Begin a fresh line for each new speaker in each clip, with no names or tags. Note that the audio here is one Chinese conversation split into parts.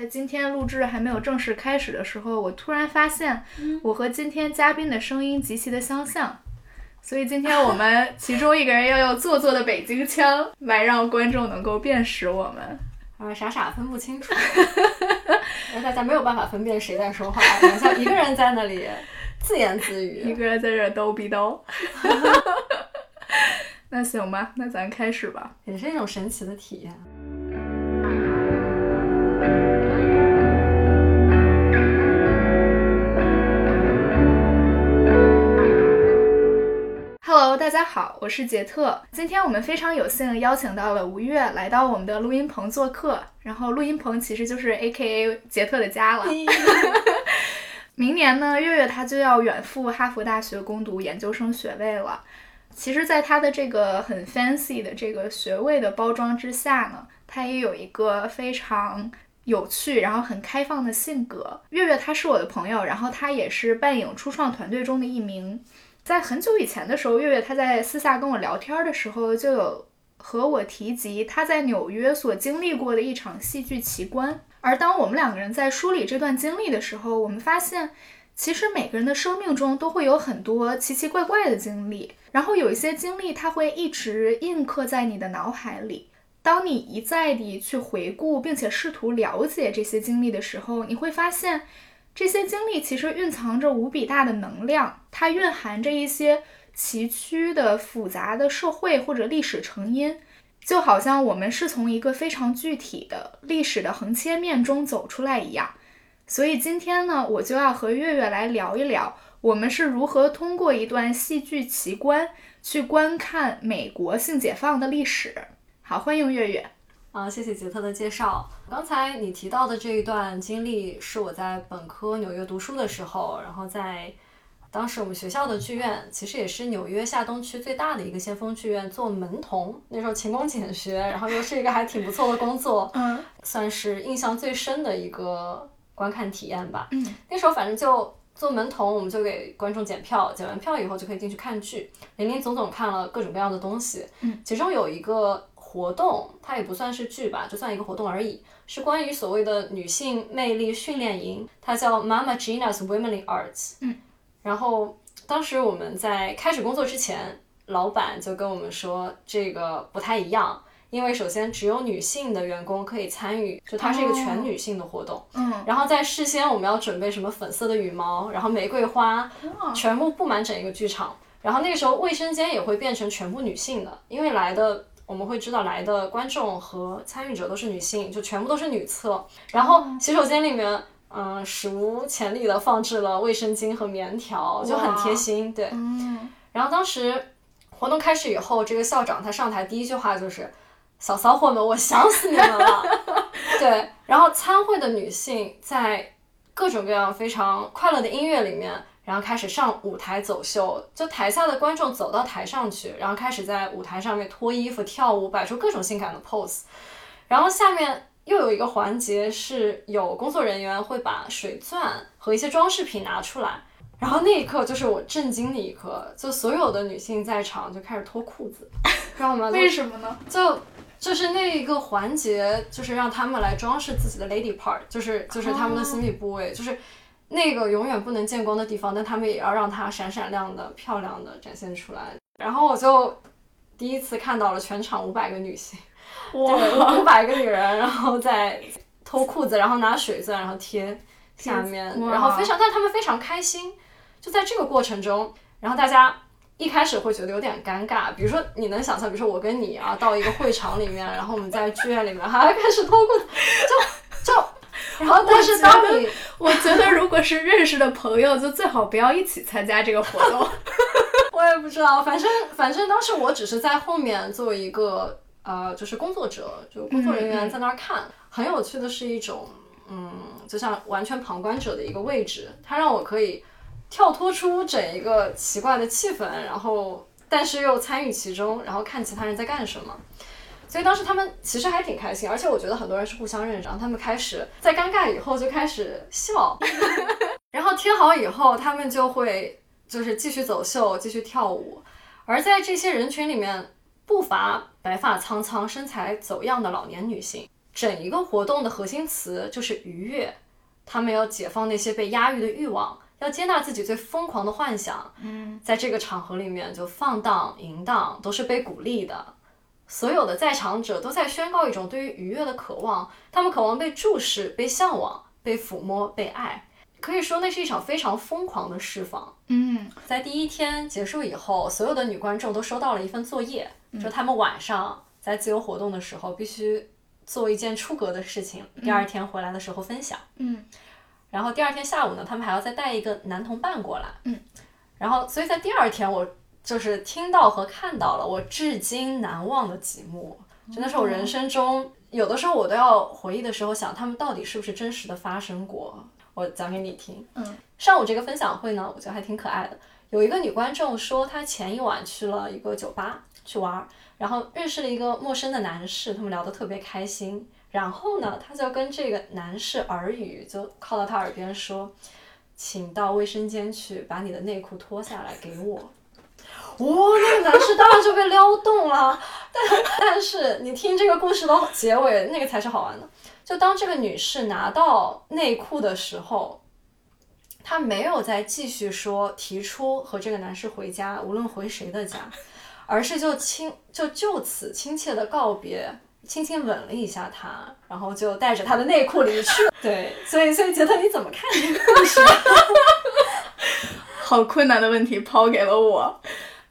在今天录制还没有正式开始的时候，我突然发现我和今天嘉宾的声音极其的相像，所以今天我们其中一个人要用做作的北京腔来让观众能够辨识我们。
啊，傻傻分不清楚， 而大家没有办法分辨谁在说话，好像一个人在那里自言自
一
语。
个人在这儿叨逼叨。 那行吧，那咱开始吧。
也是一种神奇的体验。
Hello，大家好，我是杰特。今天我们非常有幸邀请到了吴越来到我们的录音棚做客，然后录音棚其实就是 A K A 杰特的家了。
啊
明年呢，月月她就要远赴哈佛大学攻读研究生学位了。其实，在她的这个很 fancy 的这个学位的包装之下呢，她也有一个非常有趣，然后很开放的性格。月月她是我的朋友，然后她也是半影初创团队中的一名。在很久以前的时候，月月她在私下跟我聊天的时候，就有和我提及她在纽约所经历过的一场戏剧奇观。而当我们两个人在梳理这段经历的时候，我们发现，其实每个人的生命中都会有很多奇奇怪怪的经历，然后有一些经历它会一直印刻在你的脑海里。当你一再地去回顾，并且试图了解这些经历的时候，你会发现，这些经历其实蕴藏着无比大的能量，它蕴含着一些崎岖的、复杂的社会或者历史成因。就好像我们是从一个非常具体的历史的横切面中走出来一样。所以今天呢，我就要和月月来聊一聊，我们是如何通过一段戏剧奇观去观看美国性解放的历史。好，欢迎月月。
啊，谢谢杰特的介绍。刚才你提到的这一段经历，是我在本科纽约读书的时候，然后在当时我们学校的剧院，其实也是纽约下东区最大的一个先锋剧院做门童。那时候勤工俭学，然后又是一个还挺不错的工作，
嗯
算是印象最深的一个观看体验吧。
嗯
那时候反正就做门童，我们就给观众检票，检完票以后就可以进去看剧，林林总总看了各种各样的东西。
嗯，
其中有一个活动，它也不算是剧吧，就算一个活动而已，是关于所谓的女性魅力训练营，它叫 Mama Gina's Womenly Arts。
嗯，
然后当时我们在开始工作之前，老板就跟我们说这个不太一样。因为首先只有女性的员工可以参与，就它是一个
哦
全女性的活动。
嗯，
然后在事先我们要准备什么粉色的羽毛，然后玫瑰花，全部布满整一个剧场。然后那个时候卫生间也会变成全部女性的，因为来的我们会知道来的观众和参与者都是女性，就全部都是女厕。然后洗手间里面，嗯、史无前例的放置了卫生巾和棉条，就很贴心。对，
嗯，
然后当时活动开始以后，这个校长他上台第一句话就是：“小骚货们，我想死你们 了。”对，然后参会的女性在各种各样非常快乐的音乐里面，然后开始上舞台走秀，就台下的观众走到台上去，然后开始在舞台上面脱衣服跳舞，摆出各种性感的 pose。然后下面又有一个环节是有工作人员会把水钻和一些装饰品拿出来，然后那一刻就是我震惊的一刻，就所有的女性在场就开始脱裤子， 知道吗？
为什么呢？
就就是那一个环节，就是让他们来装饰自己的 lady part，就是就是他们的私密部位，就是那个永远不能见光的地方，但他们也要让它闪闪亮的、漂亮的展现出来。然后我就第一次看到了全场五百个女性，对，五百个女人，然后在脱裤子，然后拿水钻，然后贴下面
贴，哇
然后非常，但他们非常开心。就在这个过程中，然后大家一开始会觉得有点尴尬，比如说你能想象，比如说我跟你啊，到一个会场里面，然后我们在剧院里面还开始脱裤子，就就，然后但是当你
我觉得如果是认识的朋友，就最好不要一起参加这个活动。
我也不知道，反正反正当时我只是在后面作为一个呃，就是工作者，就工作人
嗯嗯
员在那儿看。很有趣的是一种，嗯，就像完全旁观者的一个位置，它让我可以跳脱出整一个奇怪的气氛，然后但是又参与其中，然后看其他人在干什么。所以当时他们其实还挺开心，而且我觉得很多人是互相认识，然后他们开始在尴尬以后就开始笑， 然后贴好以后，他们就会就是继续走秀，继续跳舞。而在这些人群里面，不乏白发苍苍、身材走样的老年女性，整一个活动的核心词就是愉悦，他们要解放那些被压抑的欲望，要接纳自己最疯狂的幻想。嗯，在这个场合里面，就放荡、淫荡都是被鼓励的。所有的在场者都在宣告一种对于愉悦的渴望，他们渴望被注视、被向往、被抚摸、被爱。可以说，那是一场非常疯狂的释放。
嗯
在第一天结束以后，所有的女观众都收到了一份作业，
嗯
就她们晚上在自由活动的时候必须做一件出格的事情，第二天回来的时候分享。
嗯
然后第二天下午呢，他们还要再带一个男同伴过来。
嗯，
然后所以在第二天我就是听到和看到了我至今难忘的几幕，
哦
真的是我人生中有的时候我都要回忆的时候想，他们到底是不是真实的发生过？我讲给你听。
嗯，
上午这个分享会呢，我觉得还挺可爱的。有一个女观众说，她前一晚去了一个酒吧去玩儿，然后认识了一个陌生的男士，他们聊得特别开心。然后呢，她就跟这个男士耳语，就靠到他耳边说：“请到卫生间去，把你的内裤脱下来给我。” 哇、那个男士当然就被撩动了， 但但是你听这个故事的结尾，那个才是好玩的。就当这个女士拿到内裤的时候，她没有再继续说提出和这个男士回家，无论回谁的家，而是就亲就就此亲切的告别，轻轻吻了一下他，然后就带着他的内裤离去。 对，所以所以杰特你怎么看这个故 事？
好困难的问题抛给了我，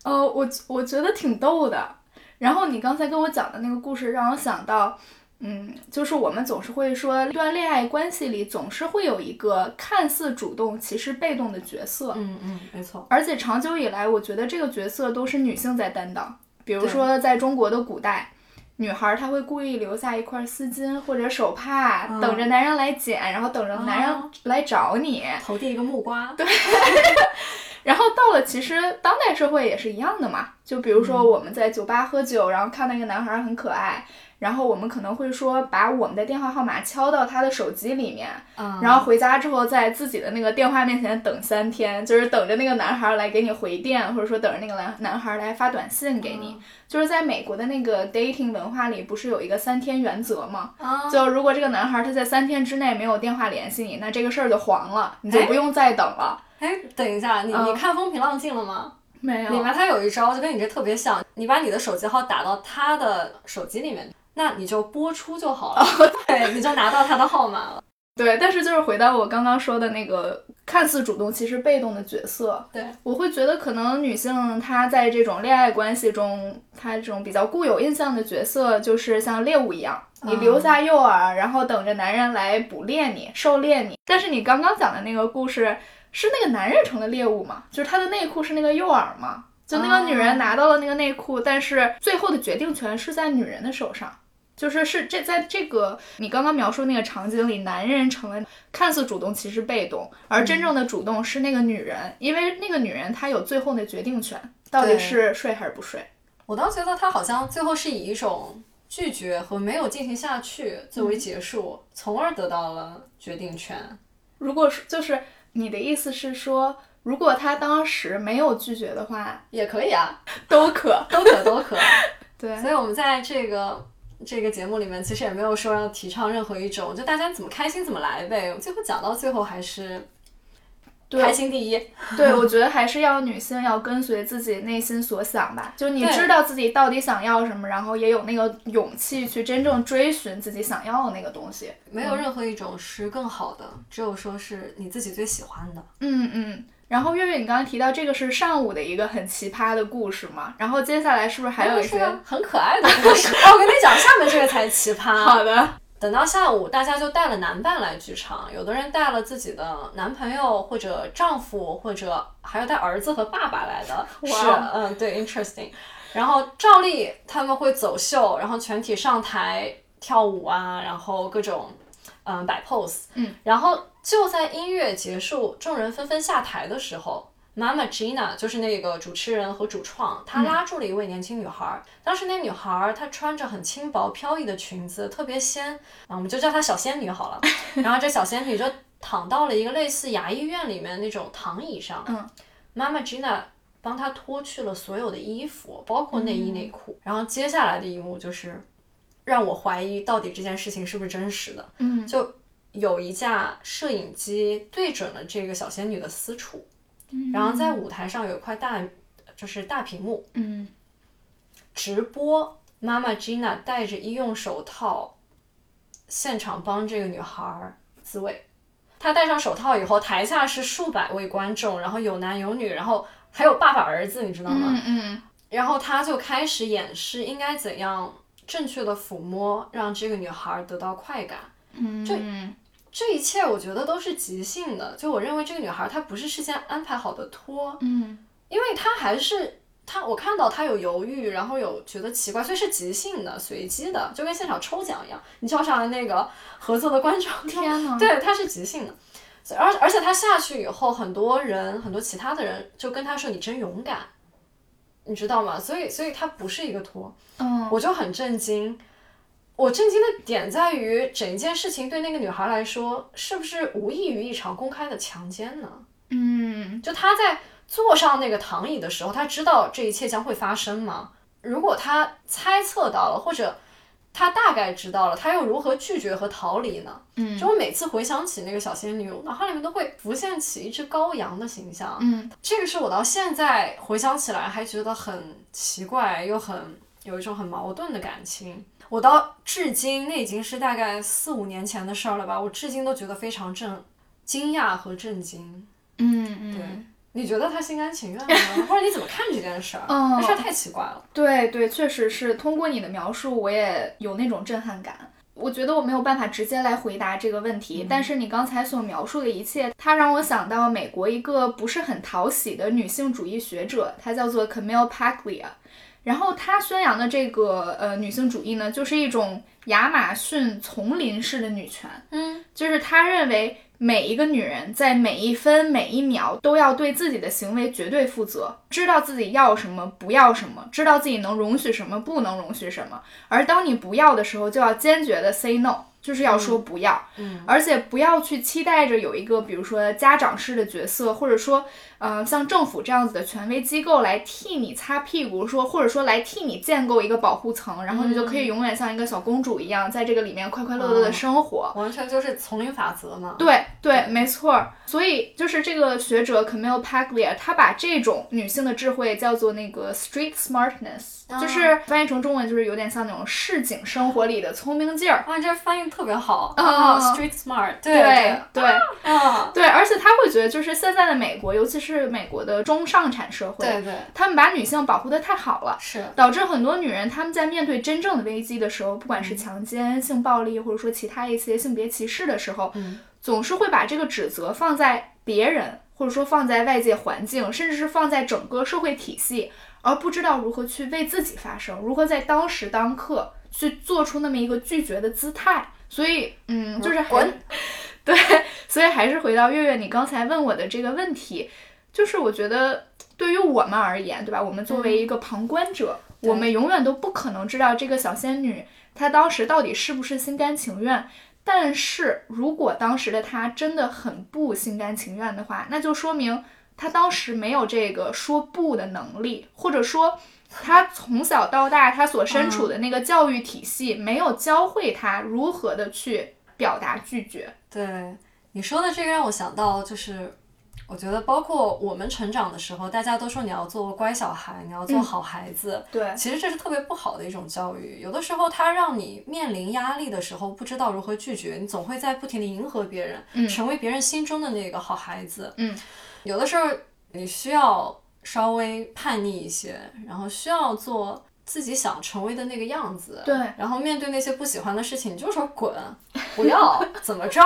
呃，我我觉得挺逗的。然后你刚才跟我讲的那个故事，让我想到，嗯，就是我们总是会说，一段恋爱关系里总是会有一个看似主动其实被动的角色，
嗯嗯，没错。
而且长久以来，我觉得这个角色都是女性在担当。比如
对
说，在中国的古代，女孩儿她会故意留下一块丝巾或者手帕，
嗯
等着男人来捡，然后等着男人
哦
来找你。
投递一个木瓜，对，
然后到了其实当代社会也是一样的嘛，就比如
嗯
说我们在酒吧喝酒，然后看那个男孩儿很可爱，然后我们可能会说把我们的电话号码敲到他的手机里面，
嗯
然后回家之后，在自己的那个电话面前等三天，就是等着那个男孩儿来给你回电，或者说等着那个男男孩儿来发短信给
嗯
你。就是在美国的那个 dating 文化里，不是有一个三天原则吗？
啊，
就如果这个男孩儿他在三天之内没有电话联系你，那这个事儿就黄了，你就
哎
不用再等了。
哎，等一下，你你看《风平浪静》了吗？
嗯没
里面它有一招就跟你这特别像，你把你的手机号打到他的手机里面，那你就播出就好了，
哦
对，你就拿到他的号码了。
对，但是就是回到我刚刚说的那个看似主动其实被动的角色，
对，
我会觉得可能女性她在这种恋爱关系中，她这种比较固有印象的角色就是像猎物一样，你
嗯
留下诱饵，然后等着男人来捕猎你、狩猎你。但是你刚刚讲的那个故事，是那个男人成了猎物嘛？就是他的内裤是那个诱饵嘛？就那个女人
哦
拿到了那个内裤，但是最后的决定权是在女人的手上。就是是这在这个你刚刚描述那个场景里，男人成了看似主动，其实被动，而真正的主动是那个女人，因为那个女人她有最后的决定权，到底
对
是睡还是不睡。
我倒觉得他好像最后是以一种拒绝和没有进行下去作为结束，从而得到了决定权。
如果是就是你的意思是说，如果她当时没有拒绝的话，
也可以啊，
都可
都可都 可。
对，
所以我们在这个这个节目里面，其实也没有说要提倡任何一种，就大家怎么开心怎么来呗。最后讲到最后还是
对
开心第一。
对，我觉得还是要女性要跟随自己内心所想吧，就你
对
知道自己到底想要什么，然后也有那个勇气去真正追寻自己想要的那个东西。
没有任何一种是更好的，只有说是你自己最喜欢的。
嗯嗯。然后月月，你刚刚提到这个是上午的一个很奇葩的故事嘛？然后接下来是不是还有一
哦是
些？
个很可爱的故事。 哦我跟你讲，下面这个才奇 葩。
好的，
等到下午，大家就带了男伴来剧场，有的人带了自己的男朋友或者丈夫，或者还有带儿子和爸爸来的。
哇哦
是，嗯，对，interesting。然后照例他们会走秀，然后全体上台跳舞啊，然后各种嗯摆 pose。
嗯，
然后就在音乐结束，众人纷纷下台的时候。妈妈 Gina 就是那个主持人和主创，
嗯
她拉住了一位年轻女孩。儿。当时那女孩儿她穿着很轻薄飘逸的裙子，特别仙，啊，我们就叫她小仙女好了。然后这小仙女就躺到了一个类似牙医院里面那种躺椅上。
嗯，
妈妈 Gina 帮她脱去了所有的衣服，包括内衣内裤。然后接下来的一幕就是让我怀疑到底这件事情是不是真实的。
嗯，
就有一架摄影机对准了这个小仙女的私处，然后在舞台上有一块大，就是大屏幕
嗯
直播，妈妈 Gina 戴着医用手套，现场帮这个女孩儿自慰。她戴上手套以后，台下是数百位观众，然后有男有女，然后还有爸爸儿子，你知道吗？
嗯嗯
然后他就开始演示应该怎样正确的抚摸，让这个女孩得到快感。
嗯，就嗯
这一切我觉得都是即兴的，就我认为这个女孩她不是事先安排好的托，
嗯
因为她还是她，我看到她有犹豫，然后有觉得奇怪，所以是即兴的、随机的，就跟现场抽奖一样，你叫上来那个合作的观众，
天呐，
对，她是即兴的。所以而而且她下去以后，很多人，很多其他的人就跟她说：“你真勇敢。”你知道吗？所以，所以她不是一个托，
嗯
我就很震惊。我震惊的点在于，整件事情对那个女孩来说，是不是无异于一场公开的强奸呢？
嗯
就她在坐上那个躺椅的时候，她知道这一切将会发生吗？如果她猜测到了，或者她大概知道了，她又如何拒绝和逃离呢？
嗯
就我每次回想起那个小仙女，我脑海里面都会浮现起一只羔羊的形象。
嗯
这个是我到现在回想起来还觉得很奇怪，又很有一种很矛盾的感情。我到至今，那已经是大概四五年前的事儿了吧，我至今都觉得非常震惊讶和震惊。
嗯
对，
嗯，
你觉得他心甘情愿 吗？或者你怎么看这件事儿？
嗯
这事儿太奇怪了。
对对，确实是通过你的描述，我也有那种震撼感。我觉得我没有办法直接来回答这个问题，但是你刚才所描述的一切，它让我想到美国一个不是很讨喜的女性主义学者，她叫做 Camille Paglia。然后她宣扬的这个呃女性主义呢，就是一种亚马逊丛林式的女权。
嗯
就是他认为每一个女人在每一分每一秒都要对自己的行为绝对负责，知道自己要什么不要什么，知道自己能容许什么不能容许什么。而当你不要的时候，就要坚决的 say no，就是要说不要。
嗯
而且不要去期待着有一个，比如说家长式的角色，或者说，呃，像政府这样子的权威机构来替你擦屁股，说或者说来替你建构一个保护层，然后
嗯
你就可以永远像一个小公主一样，在这个里面快快乐乐的
哦
生活。
完全就是丛林法则嘛。
对对，没错儿。所以就是这个学者 Camille Paglia，他把这种女性的智慧叫做那个 street smartness，、就是
啊
翻译成中文就是有点像那种市井生活里的聪明劲儿。
哇，你这翻译特别好
啊
，street smart，对
对嗯
对，
对
啊，
对，而且他会觉得，就是现在的美国，尤其是美国的中上产社会，
对对
他们把女性保护的太好了，
是，
导致很多女人她们在面对真正的危机的时候，不
嗯
管是强奸、性暴力，或者说其他一些性别歧视的时候，
嗯
总是会把这个指责放在别人，或者说放在外界环境，甚至是放在整个社会体系，而不知道如何去为自己发声，如何在当时当刻去做出那么一个拒绝的姿态。所以，嗯，就是还
滚，
对，所以还是回到月月你刚才问我的这个问题，就是我觉得对于我们而言，对吧？我们作为一个旁观者，
嗯对
我们永远都不可能知道这个小仙女她当时到底是不是心甘情愿。但是如果当时的她真的很不心甘情愿的话，那就说明她当时没有这个说不的能力，或者说她从小到大她所身处的那个教育体系没有教会她如何的去表达拒绝。
对你说的这个让我想到，就是我觉得包括我们成长的时候，大家都说你要做乖小孩，你要
嗯
做好孩子，
对，
其实这是特别不好的一种教育。有的时候，它让你面临压力的时候，不知道如何拒绝，你总会在不停的迎合别人，
嗯
成为别人心中的那个好孩子。
嗯，
有的时候你需要稍微叛逆一些，然后需要做。自己想成为的那个样子，
对
然后面对那些不喜欢的事情，你就说滚，不要，怎么着，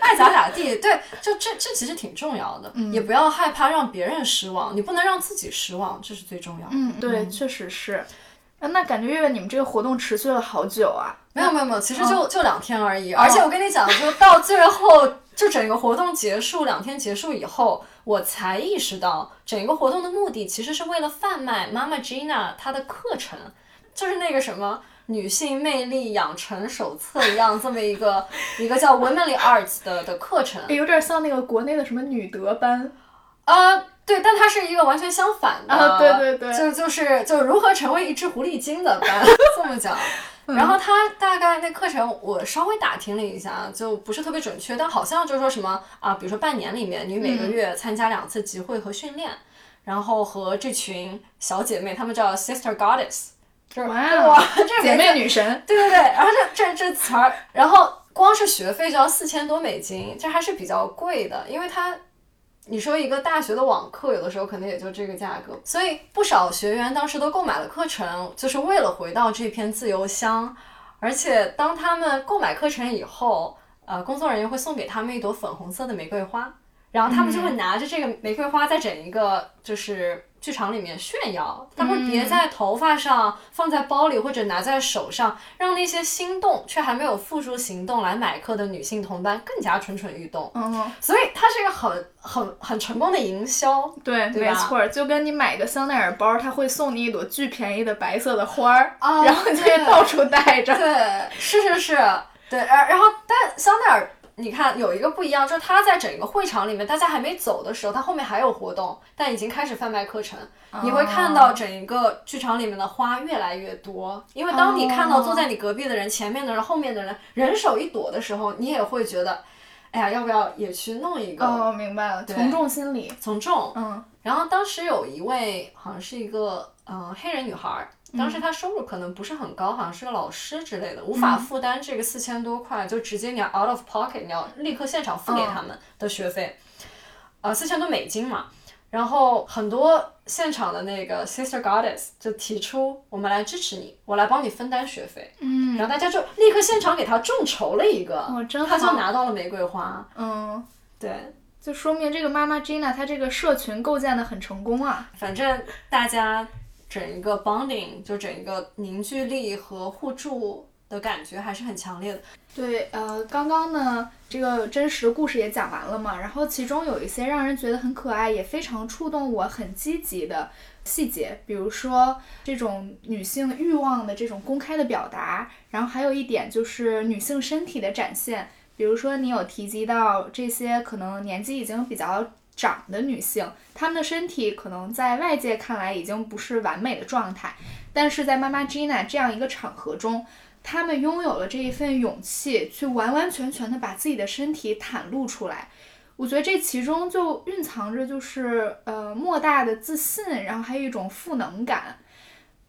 爱咋咋地，对，就这这其实挺重要的，
嗯
也不要害怕让别人失望，你不能让自己失望，这是最重要的。
嗯，对，确实是。啊那感觉月月你们这个活动持续了好久啊。
没有没有没有，其实就、就两天而已。而且我跟你讲，就到最后，就整个活动结束，两天结束以后，我才意识到，整个活动的目的其实是为了贩卖妈妈 Gina 她的课程，就是那个什么。女性魅力养成手册一样，这么一个一个叫 Womanly Arts 的的课程，
哎有点像那个国内的什么女德班，
呃，对，但它是一个完全相反的，
啊对对对
就就是就如何成为一只狐狸精的班，这么讲。
嗯
然后他大概那课程我稍微打听了一下，就不是特别准确，但好像就是说什么啊，比如说半年里面你每
嗯
个月参加两次集会和训练，然后和这群小姐妹，她们叫 sister goddess，就是
哇
哇，这
姐
名字
妹女神，
对对对，然后这这这词儿，然后光是学费就要四千多美金，这还是比较贵的，因为它。你说一个大学的网课，有的时候可能也就这个价格，所以不少学员当时都购买了课程，就是为了回到这片自由乡。而且当他们购买课程以后，呃，工作人员会送给他们一朵粉红色的玫瑰花，然后他们就会拿着这个玫瑰花在整一个就是剧场里面炫耀，他会别在头发上、放在包里或者拿在手上，让那些心动却还没有付诸行动来买课的女性同伴更加蠢蠢欲动。
嗯，
所以它是一个很很很成功的营销。
对，
对
没
吧
错，就跟你买个香奈儿包，他会送你一朵巨便宜的白色的花儿，
啊
然后你就可以
对
到处带着。
对，是是是，对，然然后但香奈儿。你看，有一个不一样，就是它在整个会场里面，大家还没走的时候，它后面还有活动，但已经开始贩卖课程。你会看到整一个剧场里面的花越来越多，因为当你看到坐在你隔壁的人、前面的人、后面的人人手一朵的时候，你也会觉得，哎呀，要不要也去弄一个？
哦，明白了，从众心理。
从众，
嗯
然后当时有一位好像是一个呃黑人女孩儿，
嗯
当时她收入可能不是很高，好像是个老师之类的，无法负担这个四千多块，就直接你要 out of pocket，你要立刻现场付给他们的学费，呃四千多美金嘛。然后很多现场的那个 sister goddess 就提出，我们来支持你，我来帮你分担学费。
嗯
然后大家就立刻现场给她众筹了一个，
哦真
她就
好
拿到了玫瑰花。
嗯，
对，
就说明这个妈妈 Gina 她这个社群构建的很成功啊。
反正大家整一个 bonding，就整一个凝聚力和互助的感觉还是很强烈的。
对，呃，刚刚呢，这个真实故事也讲完了嘛，然后其中有一些让人觉得很可爱，也非常触动我，很积极的细节，比如说这种女性欲望的这种公开的表达，然后还有一点就是女性身体的展现，比如说你有提及到这些可能年纪已经比较长的女性，她们的身体可能在外界看来已经不是完美的状态，但是在妈妈 Gina 这样一个场合中，她们拥有了这一份勇气，去完完全全的把自己的身体袒露出来。我觉得这其中就蕴藏着就是呃莫大的自信，然后还有一种赋能感。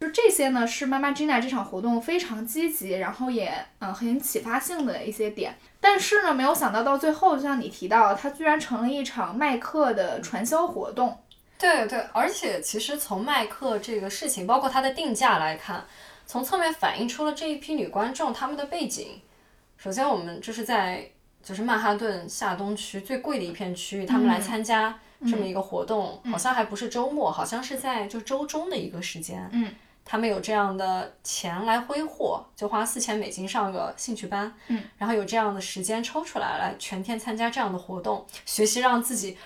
就这些呢，是妈妈 Gina 这场活动非常积极，然后也嗯、呃很有启发性的一些点。但是呢，没有想到到最后，就像你提到，它居然成了一场卖课的传销活动。
对对，而且其实从麦克这个事情，包括它的定价来看，从侧面反映出了这一批女观众她们的背景。首先，我们这是在就是曼哈顿下东区最贵的一片区域，他
嗯
们来参加这么一个活动，好像还不是周末，好像是在就周中的一个时间。
嗯，
他们有这样的钱来挥霍，就花四千美金上个兴趣班。
嗯，
然后有这样的时间抽出来来全天参加这样的活动，学习让自己。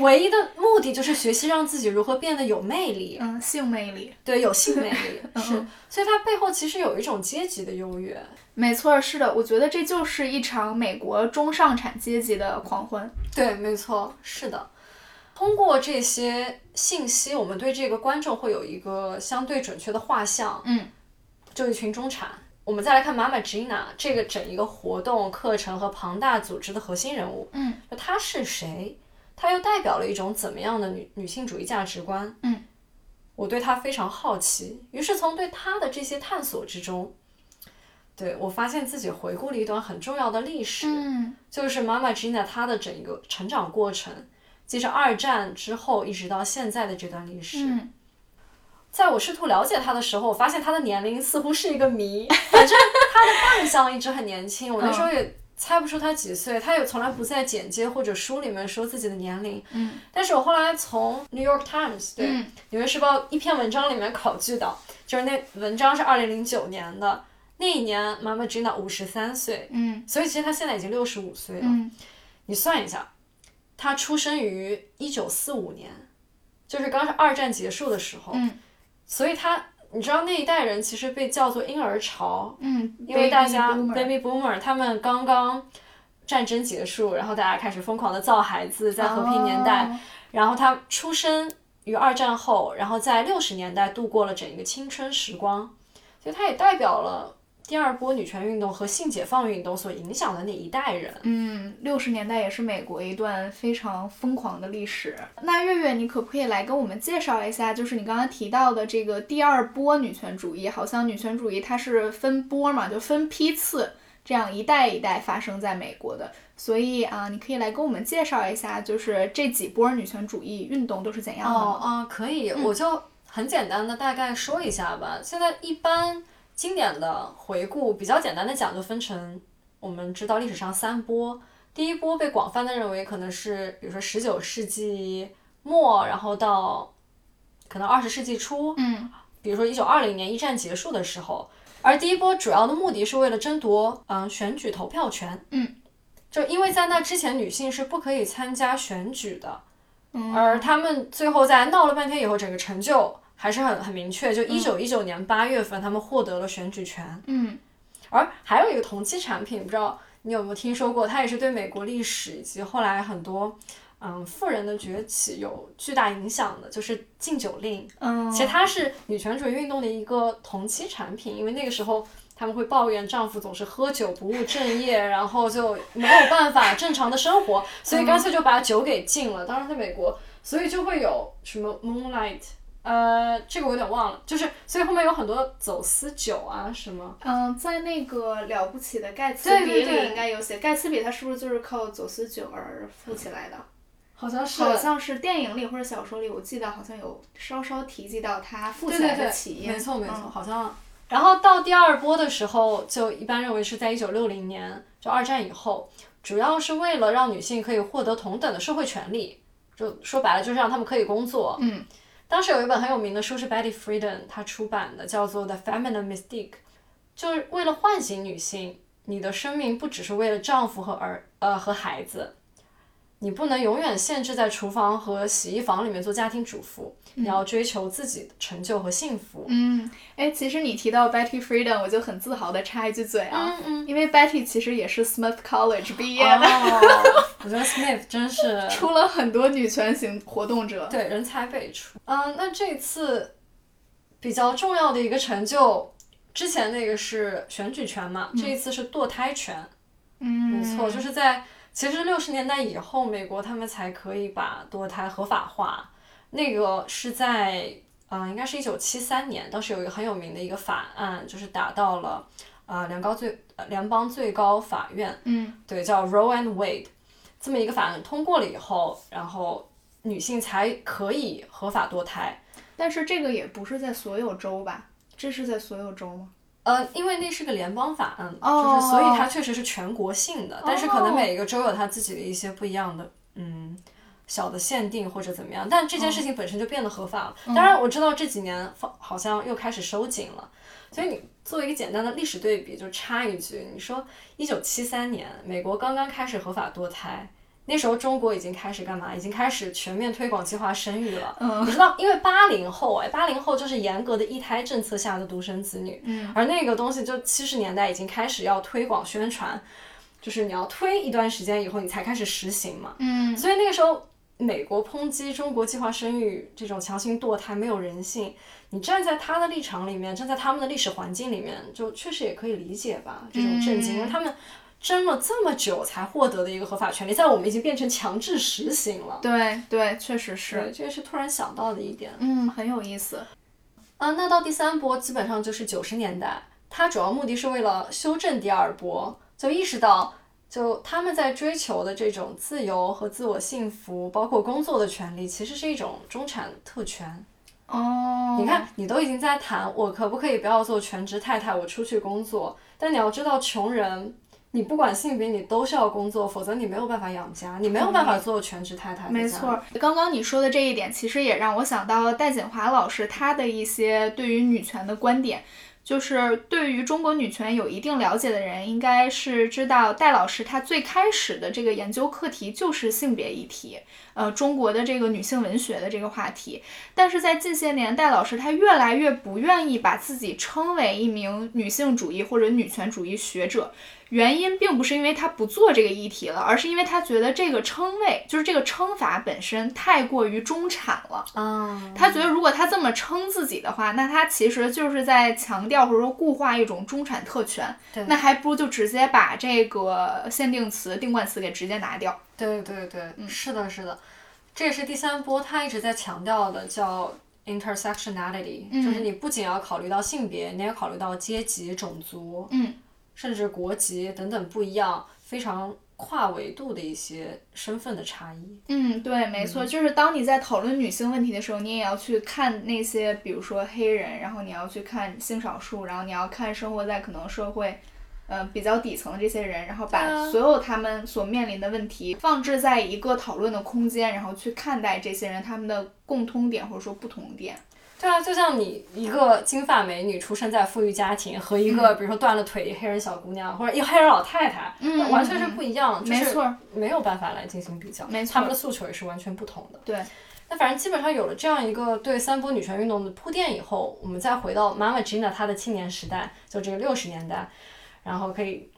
唯一的目的就是学习让自己如何变得有魅力，
嗯，性魅力。
对，有性魅力是，所以它背后其实有一种阶级的优越，
没错，是的，我觉得这就是一场美国中上产阶级的狂欢。
对，没错，是的。通过这些信息，我们对这个观众会有一个相对准确的画像。
嗯，
就一群中产。我们再来看妈妈 Gina 这个整一个活动、课程和庞大组织的核心人物。
嗯，
就她是谁？她又代表了一种怎么样的女女性主义价值观？
嗯，
我对她非常好奇。于是从对她的这些探索之中，对我发现自己回顾了一段很重要的历史。
嗯
就是妈妈 Gina 她的整个成长过程，接着二战之后一直到现在的这段历史。
嗯，
在我试图了解她的时候，我发现她的年龄似乎是一个谜。反正她的扮相一直很年轻，我那
嗯
时候也猜不出她几岁，她也从来不在简介或者书里面说自己的年龄。
嗯，
但是我后来从《New York Times》对《
嗯
纽约时报》一篇文章里面考据到，就是那文章是二零零九年的，那一年妈妈 Gina 五十三岁，
嗯
所以其实她现在已经六十五岁了。
嗯，
你算一下，他出生于一九四五年，就是刚是二战结束的时候，
嗯
所以他你知道那一代人其实被叫做婴儿潮，
嗯，
因为大家
Baby boomer
baby boomer 他们刚刚战争结束，然后大家开始疯狂的造孩子，在和平年代，
哦
然后他出生于二战后，然后在六十年代度过了整一个青春时光，所以他也代表了第二波女权运动和性解放运动所影响的那一代人。
嗯，六十年代也是美国一段非常疯狂的历史。那月月，你可不可以来跟我们介绍一下，就是你刚刚提到的这个第二波女权主义？好像女权主义它是分波嘛，就分批次，这样一代一代发生在美国的。所以啊，你可以来跟我们介绍一下，就是这几波女权主义运动都是怎样的
哦
吗？嗯
哦，可以，我就很简单的大概说一下吧。现在一般经典的回顾，比较简单的讲，就分成我们知道历史上三波。第一波被广泛的认为可能是，比如说十九世纪末，然后到可能二十世纪初，
嗯，
比如说一九二零年一战结束的时候，而第一波主要的目的是为了争夺嗯选举投票权，
嗯，
就因为在那之前女性是不可以参加选举的，嗯，而他们最后在闹了半天以后，整个成就还是很很明确，就一九一九年八月份他们获得了选举权，
嗯，
而还有一个同期产品，不知道你有没有听说过？它也是对美国历史以及后来很多嗯富人的崛起有巨大影响的，就是禁酒令。
嗯，
其实它是女权主义运动的一个同期产品，因为那个时候她们会抱怨丈夫总是喝酒不务正业，然后就没有办法正常的生活，所以干脆就把酒给禁了。当时在美国，所以就会有什么 Moonlight，呃，这个我有点忘了，就是所以后面有很多走私酒啊什么。
嗯，在那个了不起的盖茨
对
比
对对
里应该有写，盖茨比他是不是就是靠走私酒而富起来的？
好像是
好像是电影里或者小说里，我记得好像有稍稍提及到他富
对
起
对
来
对，
的起因。
没错没错，
嗯
好像。然后到第二波的时候，就一般认为是在一九六零年，就二战以后，主要是为了让女性可以获得同等的社会权利，就说白了就是让她们可以工作。
嗯，
当时有一本很有名的书是 Betty Friedan 她出版的，叫做《The Feminine Mystique》，就是为了唤醒女性，你的生命不只是为了丈夫和儿呃和孩子，你不能永远限制在厨房和洗衣房里面做家庭主妇，你要追求自己的成就和幸福。
嗯，哎，其实你提到 Betty Friedan，我就很自豪的插一句嘴啊，
嗯嗯
因为 Betty 其实也是 Smith College 毕业的，
哦，我觉得 Smith 真是
出了很多女权型活动者。
对人才辈出。嗯，那这次比较重要的一个成就，之前那个是选举权嘛，这一次是堕胎权。
嗯
没错，就是在其实六十年代以后，美国他们才可以把堕胎合法化。那个是在嗯、呃应该是一九七三年，当时有一个很有名的一个法案，就是打到了啊、呃联高最呃联邦最高法院，
嗯
对，叫 Roe and Wade，这么一个法案通过了以后，然后女性才可以合法堕胎。
但是这个也不是在所有州吧？这是在所有州吗？
呃，因为那是个联邦法案，
哦
就是所以它确实是全国性的，但是可能每个州有它自己的一些不一样的，嗯。小的限定或者怎么样，但这件
哦
事情本身就变得合法了。
嗯
当然，我知道这几年放好像又开始收紧了，所以你做一个简单的历史对比，就插一句，你说一九七三年美国刚刚开始合法堕胎，那时候中国已经开始干嘛？已经开始全面推广计划生育了。
嗯
你知道，因为八零后哎，八零后就是严格的一胎政策下的独生子女，
嗯
而那个东西就七十年代已经开始要推广宣传，就是你要推一段时间以后，你才开始实行嘛。
嗯
所以那个时候，美国抨击中国计划生育这种强行堕胎没有人性，你站在他的立场里面，站在他们的历史环境里面，就确实也可以理解吧这种
嗯
震惊，因为他们争了这么久才获得的一个合法权利，在我们已经变成强制实行了。
对对，确实是。
对，这个是突然想到的一点。
嗯，很有意思。
啊，那到第三波基本上就是九十年代，它主要目的是为了修正第二波，就意识到就他们在追求的这种自由和自我幸福，包括工作的权利，其实是一种中产特权。
哦，
你看，你都已经在谈我可不可以不要做全职太太，我出去工作，但你要知道，穷人。你不管性别，你都是要工作，否则你没有办法养家，你没有办法做全职太太在家
嗯
里。
没错儿，刚刚你说的这一点，其实也让我想到戴锦华老师他的一些对于女权的观点。就是对于中国女权有一定了解的人，应该是知道戴老师他最开始的这个研究课题就是性别议题，呃，中国的这个女性文学的这个话题。但是在近些年，戴老师他越来越不愿意把自己称为一名女性主义或者女权主义学者，原因并不是因为他不做这个议题了，而是因为他觉得这个称谓，就是这个称法本身太过于中产了。
啊，
他觉得如果他这么称自己的话，那他其实就是在强调或者说固化一种中产特权
对。
那还不如就直接把这个限定词、定冠词给直接拿掉。
对对对，是的，是的，这也是第三波他一直在强调的，叫 intersectionality，、就是
嗯
你不仅要考虑到性别，你也考虑到阶级、种族，
嗯，
甚至国籍等等不一样，非常跨维度的一些身份的差异。
嗯，对，没错，就是当你在讨论女性问题的时候，你也要去看那些，比如说黑人，然后你要去看性少数，然后你要看生活在可能社会，呃，比较底层的这些人，然后把
对啊
所有他们所面临的问题放置在一个讨论的空间，然后去看待这些人他们的共通点或者说不同点。
对啊，就像你一个金发美女出生在富裕家庭，和一个比如说断了腿黑人小姑娘，或者一个黑人老太太，
嗯
那完哦全是不一样，
没错，
没有办法来进行比较，
没错
他们的诉求也是完全不同的。
对，
那反正基本上有了这样一个对三波女权运动的铺垫以后，我们再回到妈妈 Gina 她的青年时代，就这个六十年代，然后可以，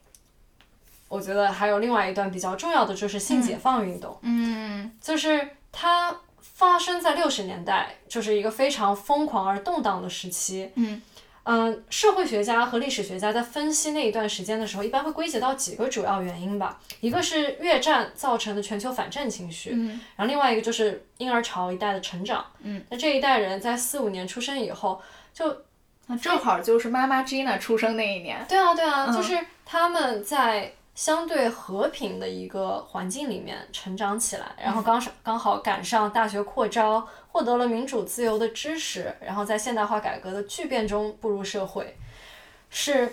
我觉得还有另外一段比较重要的就是性解放运动，
嗯
就是它发生在六十年代，就是一个非常疯狂而动荡的时期。
嗯
嗯，社会学家和历史学家在分析那一段时间的时候，一般会归结到几个主要原因吧，一个是越战造成的全球反战情绪，
嗯
然后另外一个就是婴儿潮一代的成长，
嗯，
那这一代人在四五年出生以后，就
那正好就是妈妈 Gina 出生那一年。
对啊对啊，
嗯
就是他们在相对和平的一个环境里面成长起来，然后刚上刚好赶上大学扩招，获得了民主自由的支持，然后在现代化改革的巨变中步入社会，是。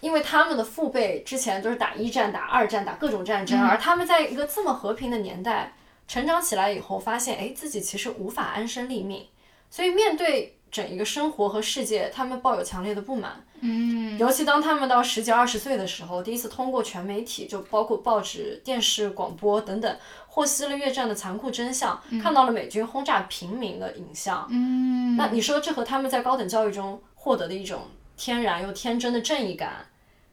因为他们的父辈之前都是打一战、打二战、打各种战争，而他们在一个这么和平的年代成长起来以后，发现哎自己其实无法安身立命，所以面对整一个生活和世界，他们抱有强烈的不满。
嗯
尤其当他们到十几二十岁的时候，第一次通过全媒体，就包括报纸、电视、广播等等，获悉了越战的残酷真相，看到了美军轰炸平民的影像。
嗯
那你说这和他们在高等教育中获得的一种天然又天真的正义感，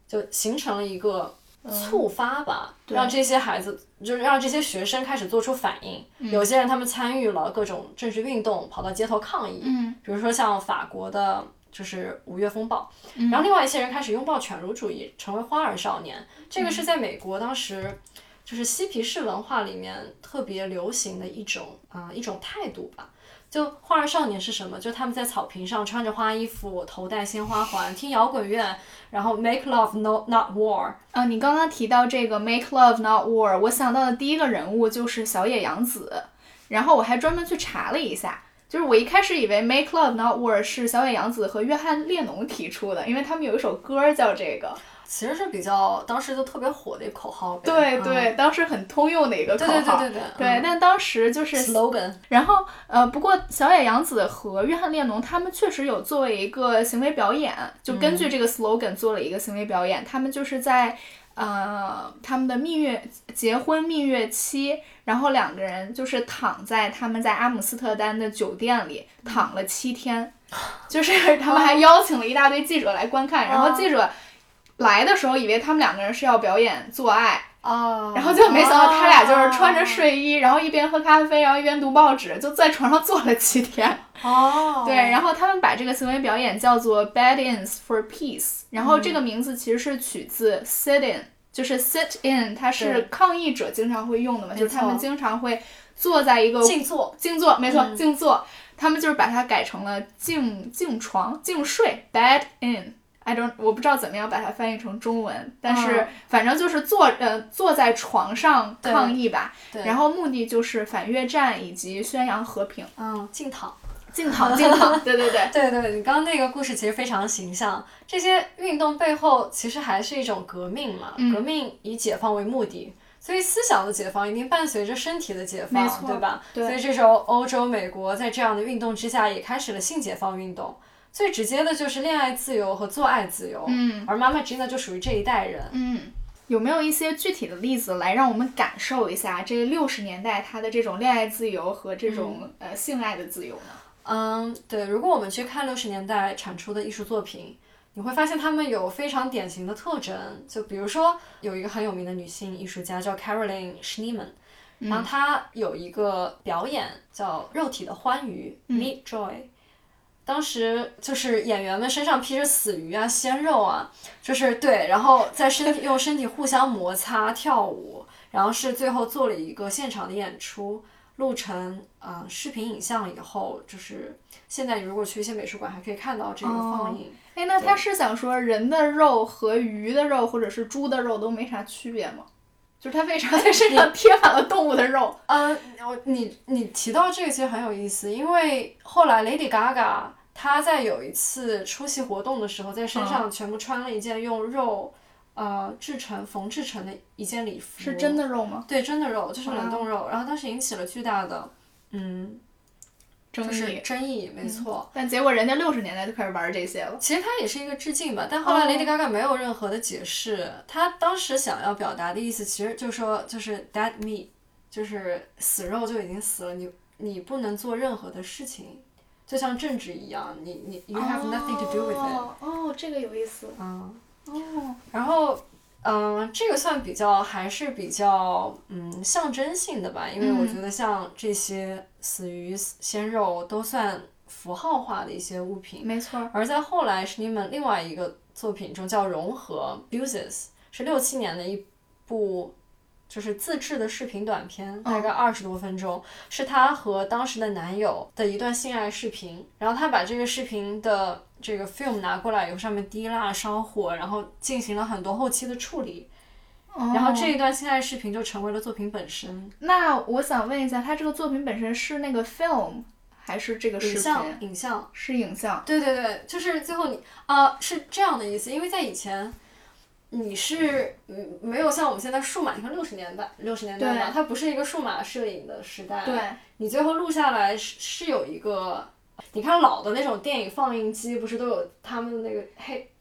就形成了一个
嗯
触发吧，让这些孩子就是让这些学生开始做出反应。
嗯
有些人他们参与了各种政治运动，跑到街头抗议。
嗯
比如说像法国的，就是五月风暴，
嗯
然后另外一些人开始拥抱犬儒主义，成为花儿少年。这个
嗯
是在美国当时，就是嬉皮士文化里面特别流行的一种啊、一种态度吧。就花儿少年是什么？就他们在草坪上穿着花衣服，头戴鲜花环，听摇滚乐，然后 make love no not war。
啊，你刚刚提到这个 “make love not war”，我想到的第一个人物就是小野洋子，然后我还专门去查了一下，就是我一开始以为 “make love not war” 是小野洋子和约翰列侬提出的，因为他们有一首歌叫这个，
其实是比较当时就特别火的一个口号呗。
对
嗯
对，当时很通用的一个口
对
号，
对对对嗯对
对，但当时就是
嗯 slogan。
然后，呃，不过小野洋子和约翰列侬他们确实有作为一个行为表演，就根据这个 slogan 做了一个行为表演。他们就是在呃他们的蜜月结婚蜜月期，然后两个人就是躺在他们在阿姆斯特丹的酒店里躺了七天，就是 他们还邀请了一大堆记者来观看，然后记者来的时候以为他们两个人是要表演做爱，
哦，
啊然后就没想到他俩就是穿着睡衣，然后一边喝咖啡，然后一边读报纸，就在床上坐了七天。
哦，
对，然后他们把这个行为表演叫做 “bed-ins for peace”，然后这个名字其实是取自 “sit-in”，就是 “sit in”，它是
嗯对
抗议者经常会用的嘛，就是他们
错
经常会坐在一个
静坐，
静坐，没错，
嗯
静坐，他们就是把它改成了静静床、静睡 （bed-in）。I don't，我不知道怎么样把它翻译成中文，但是
嗯
反正就是坐呃坐在床上
对
抗议吧，
对
然后目的就是反越战以及宣扬和平，
嗯，静躺。
静躺 静躺，对对对，
对对，你刚刚那个故事其实非常形象。这些运动背后其实还是一种革命嘛，
嗯
革命以解放为目的，所以思想的解放一定伴随着身体的解
没
放，
错
对吧？
对
所以这时候欧洲、美国在这样的运动之下，也开始了性解放运动。最直接的就是恋爱自由和做爱自由，
嗯
而妈妈 Gina 就属于这一代人。
嗯，有没有一些具体的例子来让我们感受一下这六十年代它的这种恋爱自由和这种、
嗯
呃性爱的自由呢？
嗯，对，如果我们去看六十年代产出的艺术作品，你会发现他们有非常典型的特征，就比如说有一个很有名的女性艺术家叫 Caroline Schneeman，、然后她有一个表演叫《肉体的欢愉》（Meat Joy）。当时就是演员们身上披着死鱼啊、鲜肉啊，就是对，然后在身体用身体互相摩擦跳舞，然后是最后做了一个现场的演出，录成啊、呃视频影像以后，就是现在你如果去一些美术馆还可以看到这个放映。
哎，那他是想说人的肉和鱼的肉或者是猪的肉都没啥区别吗？就是他为啥在身上贴满了动物的肉？
呃，我你你提到这个其实很有意思，因为后来 Lady Gaga 她在有一次出席活动的时候，在身
嗯
上全部穿了一件用肉、呃制成缝制成的一件礼服，
是真的嗯肉吗？
对真的肉，就是冷冻肉，然后当时引起了巨大的嗯
争
就是
议。
争议，没错。
但结果人家六十年代就开始玩这些了。
其实它也是一个致敬吧，但后来
哦
Lady Gaga 没有任何的解释，她当时想要表达的意思，其实就是说，就是 dead meat，就是死肉就已经死了，你你不能做任何的事情，就像政治一样，你你 you have nothing to do with it，
哦哦，这个有意思。
嗯，
哦，
然后嗯、这个算比较还是比较嗯象征性的吧，因为我
嗯
觉得像这些死鱼、死鲜肉都算符号化的一些物品，
没错儿。
而在后来是你们另外一个作品中叫《融合 （Fuses）》，是六七年的一部就是自制的视频短片，
哦
大概二十多分钟，是她和当时的男友的一段性爱视频。然后她把这个视频的这个 film 拿过来，以后上面滴蜡烧火，然后进行了很多后期的处理。
哦
然后这一段性爱视频就成为了作品本身，
那我想问一下，他这个作品本身是那个 film 还是这个视
影
频？
像影像。
是影像。
对对对，就是最后你啊、是这样的意思，因为在以前。你是嗯没有像我们现在数码，你看六十年代，六十年代嘛，
对
它不是一个数码摄影的时代。
对，
你最后录下来是是有一个，你看老的那种电影放映机，不是都有他们的那个黑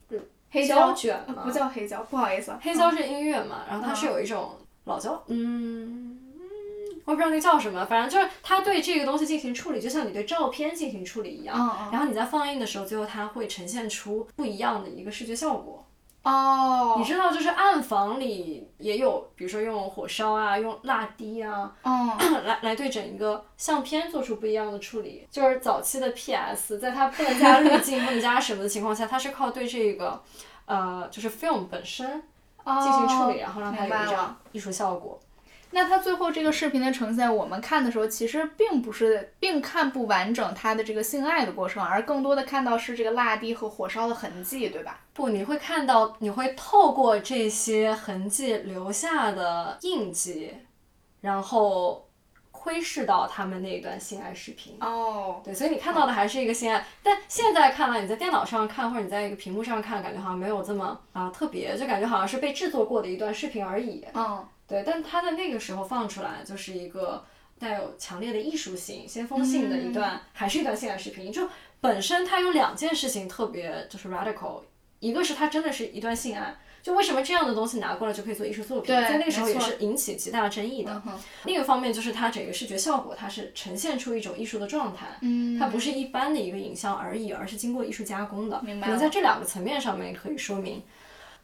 黑
胶
胶
卷
呃
吗
不叫黑胶，不好意思啊。
黑胶是音乐嘛，然
嗯
后它是有一种老胶，嗯，我也不知道那叫什么，反正就是它对这个东西进行处理，就像你对照片进行处理一样。
嗯嗯
然后你在放映的时候，最后它会呈现出不一样的一个视觉效果。
哦
你知道，就是暗房里也有，比如说用火烧啊，用蜡滴啊，
哦，
来来对整一个相片做出不一样的处理。就是早期的 PS，在它不能加滤镜、不 能加什么的情况下，它是靠对这个，呃，就是 film 本身进行处理，
哦
然后让它有
明白
一张
了
艺术效果。
那他最后这个视频的呈现，我们看的时候其实并不是并看不完整他的这个性爱的过程，而更多的看到是这个蜡滴和火烧的痕迹，对吧？
不，你会看到，你会透过这些痕迹留下的印记，然后窥视到他们那段性爱视频。
哦，
对，所以你看到的还是一个性爱，但现在看来，你在电脑上看或者你在一个屏幕上看，感觉好像没有这么啊、特别，就感觉好像是被制作过的一段视频而已。
嗯，
对，但它在那个时候放出来，就是一个带有强烈的艺术性、先锋性的
嗯
一段，还是一段性爱视频。就本身它有两件事情特别就是 radical，一个是它真的是一段性爱，就为什么这样的东西拿过来就可以做艺术作品，
对
在那个时候
没
也
错嗯
是引起极大争议的。另一方面就是它整个视觉效果，它是呈现出一种艺术的状态。
嗯
它不是一般的一个影像而已，而是经过艺术加工的。
明白
可能
了
在这两个层面上面可以说明。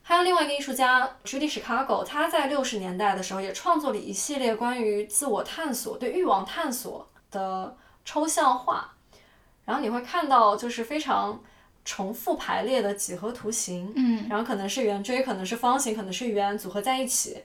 还有另外一个艺术家 Judy Chicago，他在六十年代的时候也创作了一系列关于自我探索、对欲望探索的抽象画，然后你会看到就是非常重复排列的几何图形，
嗯，
然后可能是圆锥，可能是方形，可能是圆组合在一起，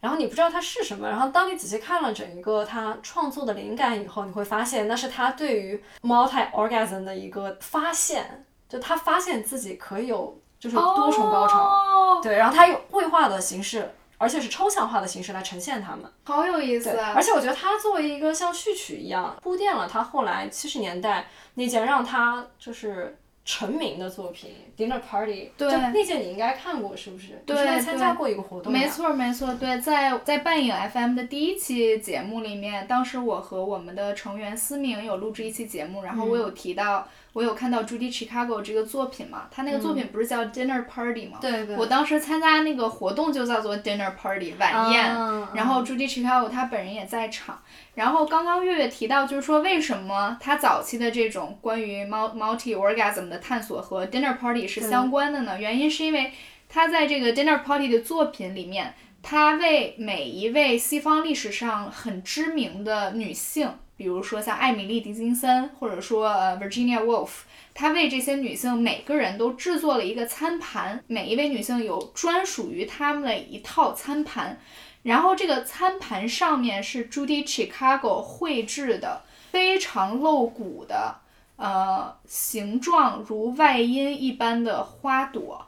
然后你不知道它是什么，然后当你仔细看了整一个他创作的灵感以后，你会发现那是他对于 multi orgasm 的一个发现，就他发现自己可以有就是多重高潮，
哦，
对，然后他用绘画的形式，而且是抽象化的形式来呈现它们。
好有意思
对，
啊
而！且我觉得他作为一个像序曲一样铺垫了他后来七十年代那件让他就是成名的作品《Dinner Party》，
对
就那件你应该看过是不是？
对
你是来参加
对
过一个活动的，啊
没错，没错，对，在在半影 FM 的第一期嗯节目里面，当时我和我们的成员思明有录制一期节目，然后我有提到我有看到 Judy Chicago 这个作品嘛，她那个作品不是叫 Dinner Party 吗？
对对
我当时参加那个活动就叫做 Dinner Party 晚宴，
啊
然后 Judy Chicago 她本人也在场。然后刚刚月月提到，就是说为什么她早期的这种关于 mul- multi orgasm 的探索和 dinner party 是相关的呢？原因是因为她在这个 dinner party 的作品里面，她为每一位西方历史上很知名的女性，比如说像艾米丽·狄金森，或者说呃 Virginia Woolf，她为这些女性每个人都制作了一个餐盘，每一位女性有专属于她们的一套餐盘。然后这个餐盘上面是 Judy Chicago 绘制的非常露骨的，呃，形状如外阴一般的花朵。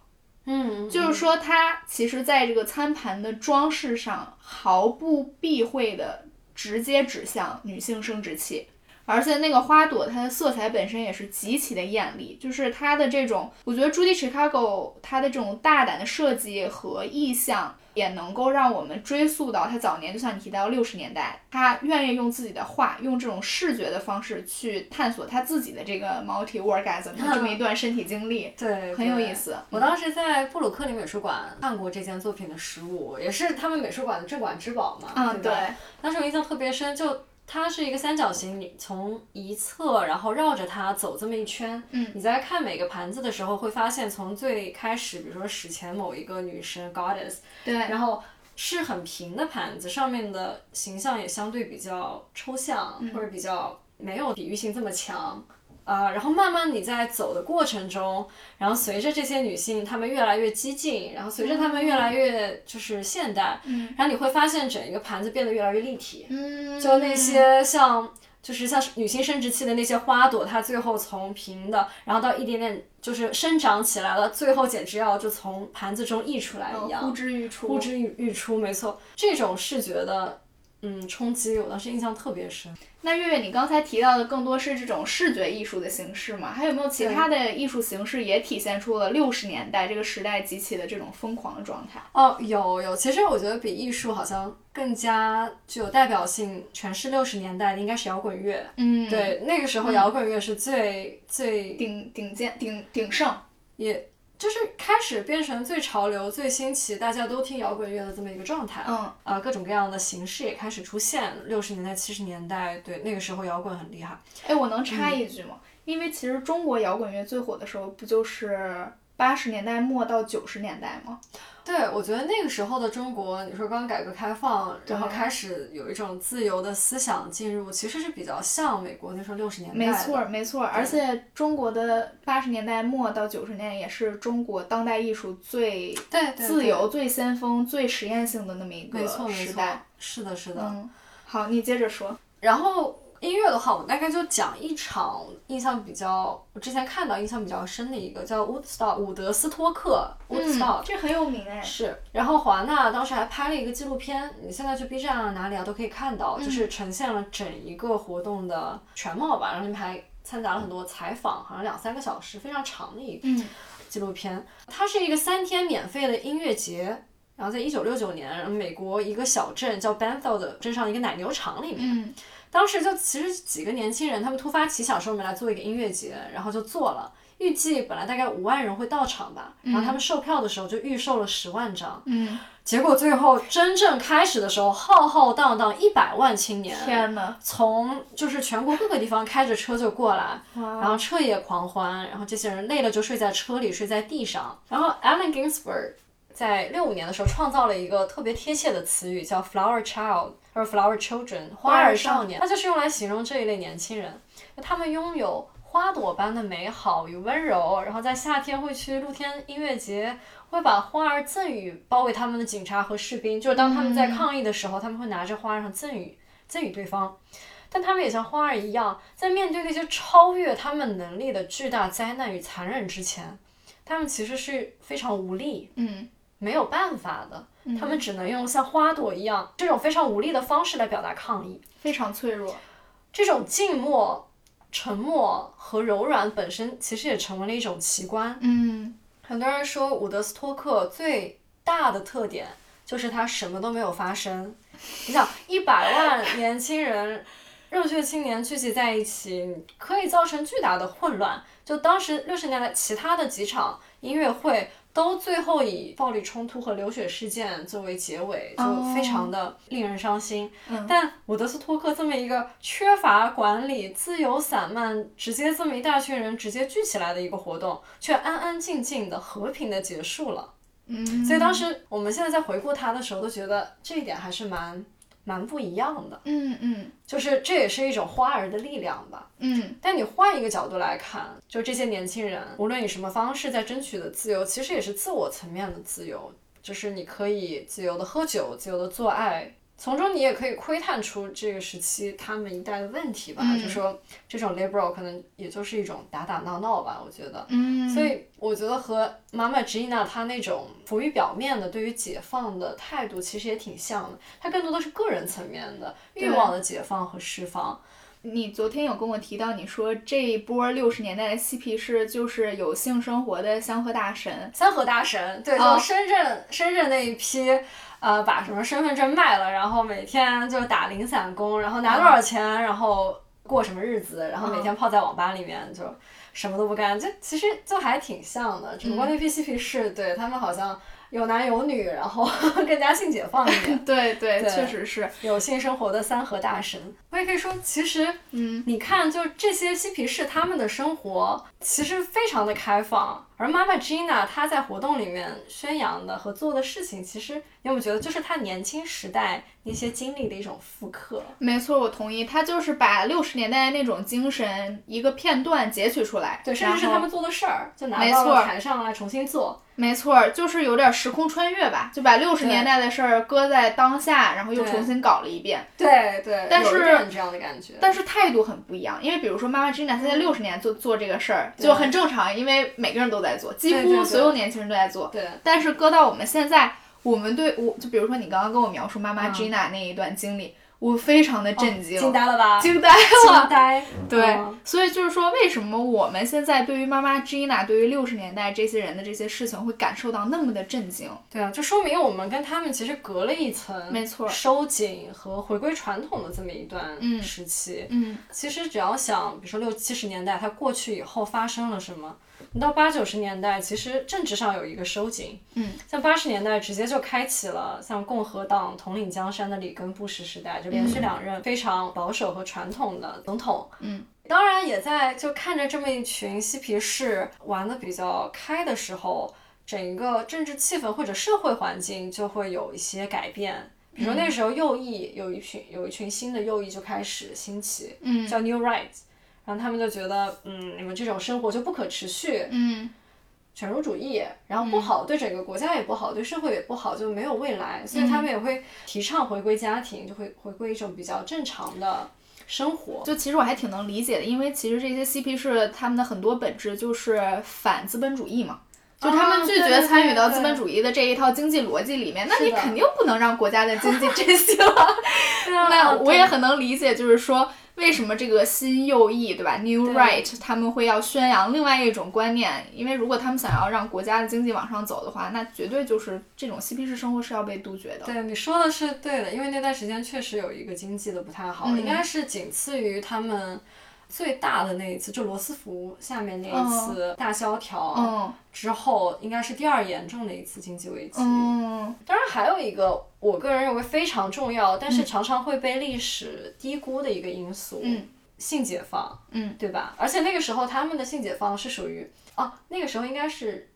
嗯，
就是说，它其实在这个餐盘的装饰上毫不避讳的直接指向女性生殖器，而且那个花朵它的色彩本身也是极其的艳丽，就是它的这种，我觉得朱迪 Chicago 它的这种大胆的设计和意象，也能够让我们追溯到他早年，就像你提到六十年代，他愿意用自己的画，用这种视觉的方式去探索他自己的这个 multi orgasm 的这么一段身体经历，
嗯对，
很有
对
意思嗯
我当时在布鲁克林美术馆看过这件作品的实物，也是他们美术馆的镇馆之宝嘛。
嗯，
对
对
吧。当时我印象特别深，就它是一个三角形，你从一侧然后绕着它走这么一圈。
嗯
你在看每个盘子的时候，会发现从最开始，比如说史前某一个女神 goddess，
对，
然后是很平的盘子，上面的形象也相对比较抽象，
嗯
或者比较没有比喻性这么强。呃，然后慢慢你在走的过程中，然后随着这些女性她们越来越激进，然后随着她们越来越就是现代，
嗯
然后你会发现整一个盘子变得越来越立体，
嗯，
就那些像就是像女性生殖器的那些花朵，它最后从平的，然后到一点点就是生长起来了，最后简直要就从盘子中溢出来一样，
哦呼之欲出，
呼之欲欲出，没错，这种视觉的嗯冲击，我当时印象特别深。
那月月，你刚才提到的更多是这种视觉艺术的形式嘛？还有没有其他的艺术形式也体现出了六十年代这个时代极其的这种疯狂的状态？
哦，有有，其实我觉得比艺术好像更加具有代表性，诠释六十年代的应该是摇滚乐。
嗯，，
对，那个时候摇滚乐是最、最
顶顶尖顶鼎盛，
也就是开始变成最潮流、最新奇，大家都听摇滚乐的这么一个状态。
嗯，
呃，各种各样的形式也开始出现。六十年代、七十年代，对那个时候摇滚很厉害。
哎，我能
嗯
插一句吗？因为其实中国摇滚乐最火的时候，不就是八十年代末到九十年代吗？
对，我觉得那个时候的中国，你说刚改革开放，
对
然后开始有一种自由的思想进入，其实是比较像美国那时候六十年代。
没错，，没错，而且中国的八十年代末到九十年代也是中国当代艺术最
对对对
自由、最先锋、最实验性的那么一个
没错没
时
错
代。，
是的，是的。
嗯，好，你接着说。
然后音乐的话，我大概就讲一场印象比较，我之前看到印象比较深的一个叫 Woodstock 伍德斯托克 Woodstock、
嗯这很有名哎。
是，然后华纳当时还拍了一个纪录片，你现在去 B 站啊哪里啊都可以看到，就是呈现了整一个活动的全貌吧。然后里面还掺杂了很多采访，好像两三个小时，非常长的一个
嗯
纪录片。它是一个三天免费的音乐节，然后在一九六九年，美国一个小镇叫 Bethel 的镇上的一个奶牛场里面，
嗯
当时就其实几个年轻人，他们突发奇想说我们来做一个音乐节，然后就做了。预计本来大概五万人会到场吧，然后他们售票的时候就预售了十万张，
嗯，
结果最后真正开始的时候，浩浩荡荡一百万青年，
天呐，
从就是全国各个地方开着车就过来，
哇
然后彻夜狂欢，然后这些人累了就睡在车里，睡在地上。然后 Allen Ginsberg 在六五年的时候创造了一个特别贴切的词语，叫 flower child 或者 flower children 花儿少年，它就是用来形容这一类年轻人，就他们拥有。花朵般的美好与温柔，然后在夏天会去露天音乐节，会把花儿赠予包围他们的警察和士兵。就是当他们在抗议的时候，他们会拿着花儿然后赠予赠予对方。但他们也像花儿一样，在面对那些超越他们能力的巨大灾难与残忍之前，他们其实是非常无力、
嗯
没有办法的。他们只能用像花朵一样这种非常无力的方式来表达抗议。
非常脆弱。
这种静默、沉默和柔软本身，其实也成为了一种奇观。
嗯
很多人说伍德斯托克最大的特点就是他什么都没有发生。你想，一百万年轻人热血青年聚集在一起，可以造成巨大的混乱。就当时六十年代其他的几场音乐会，都最后以暴力冲突和流血事件作为结尾，就
哦
非常的令人伤心。
嗯
但伍德斯托克这么一个缺乏管理、自由散漫，直接这么一大群人直接聚起来的一个活动，却安安静静的、和平的结束了。
嗯，
所以当时我们现在在回顾它的时候，都觉得这一点还是蛮蛮不一样的。
嗯嗯
就是这也是一种花儿的力量吧。
嗯
但你换一个角度来看，就这些年轻人，无论以什么方式在争取的自由，其实也是自我层面的自由，就是你可以自由的喝酒，自由的做爱。从中你也可以窥探出这个时期他们一代的问题吧，
嗯
就说这种 liberal 可能也就是一种打打闹闹吧，我觉得。
嗯，
所以我觉得和妈妈吉娜她那种浮于表面的对于解放的态度，其实也挺像的。她更多的是个人层面的
对
欲望的解放和释放。
你昨天有跟我提到，你说这一波六十年代的嬉皮士就是有性生活的香河大神，
三和大神，对，
哦
就深圳、深圳那一批，呃，把什么身份证卖了，然后每天就打零散工，然后拿
嗯
多少钱，然后过什么日子，然后每天泡在网吧里面就。什么都不干，就其实就还挺像的，只
嗯
不过那批嬉皮士，对他们好像有男有女，然后 更加性解放一点。
对对，
对
确实是，
有性生活的三和大神。我也可以说，其实
嗯
你看，就这些嬉皮士他们的生活其实非常的开放，而妈妈 Gina 她在活动里面宣扬的和做的事情，其实你有没有觉得就是她年轻时代那些经历的一种复刻？
没错，我同意，他就是把六十年代那种精神一个片段截取出来，
对，甚至是
然后
他们做的事儿，就拿
没
到了
错
台上来重新做。
没错，就是有点时空穿越吧，就把六十
对
年代的事儿搁在当下，然后又
对
重新搞了一遍，
对对，
但
有一
是
点这样的感觉。
但是态度很不一样。因为比如说妈妈 Gina，她在
嗯
六十年做做这个事儿就很正常，因为每个人都在做，几
对对
乎
对
所有年轻人都在做。
对，
但是搁到我们现在，我们对我就比如说你刚刚跟我描述妈妈
嗯哦
Gina 那一段经历，我非常的震惊，
惊呆了吧？
惊呆了
惊。呆。
对，
嗯
所以就是说，为什么我们现在对于妈妈 Gina，对于六十年代这些人的这些事情，会感受到那么的震惊？
对啊，就说明我们跟他们其实隔了一层，
没错
收紧和回归传统的这么一段
嗯
时期。
嗯
其实只要想，比如说六七十年代它过去以后发生了什么，你到八九十年代，其实政治上有一个收紧，
嗯，
像八十年代直接就开启了像共和党统领江山的里根布什时代，就连续两任非常保守和传统的总统，
嗯，
当然也在就看着这么一群嬉皮士玩的比较开的时候，整个政治气氛或者社会环境就会有一些改变。比
嗯
如那时候右翼有一群有一群新的右翼就开始兴起，
嗯
叫 New Right，然后他们就觉得，嗯，你们这种生活就不可持续，
嗯
犬儒主义，然后不好，对整个国家也不好，对社会也不好，就没有未来，所以
嗯
他们也会提倡回归家庭，就会回归一种比较正常的生活。
就其实我还挺能理解的，因为其实这些嬉皮士他们的很多本质就是反资本主义嘛。就他们
啊
拒
对
绝
对
参与
对
到
对
资本主义的这一套经济逻辑里面，那
是
你
的嗯
肯定不能让国家的经 济振兴啊。那
啊
我也很能理解，就是说为什么这个新右翼，对吧？New
对
Right 他们会要宣扬另外一种观念，因为如果他们想要让国家的经济往上走的话，那绝对就是这种嬉皮士生活是要被杜绝的。
对你说的是对的，因为那段时间确实有一个经济的不太好，
嗯
应该是仅次于他们最大的那一次，就罗斯福下面那
嗯
一次大萧条、
嗯
之后，应该是第二严重的一次经济危机。
嗯
当然，还有一个我个人认为非常重要，但是常常会被历史低估的一个因素，
嗯
性解放，
嗯，
对吧？而且那个时候他们的性解放是属于哦、那个时候应该是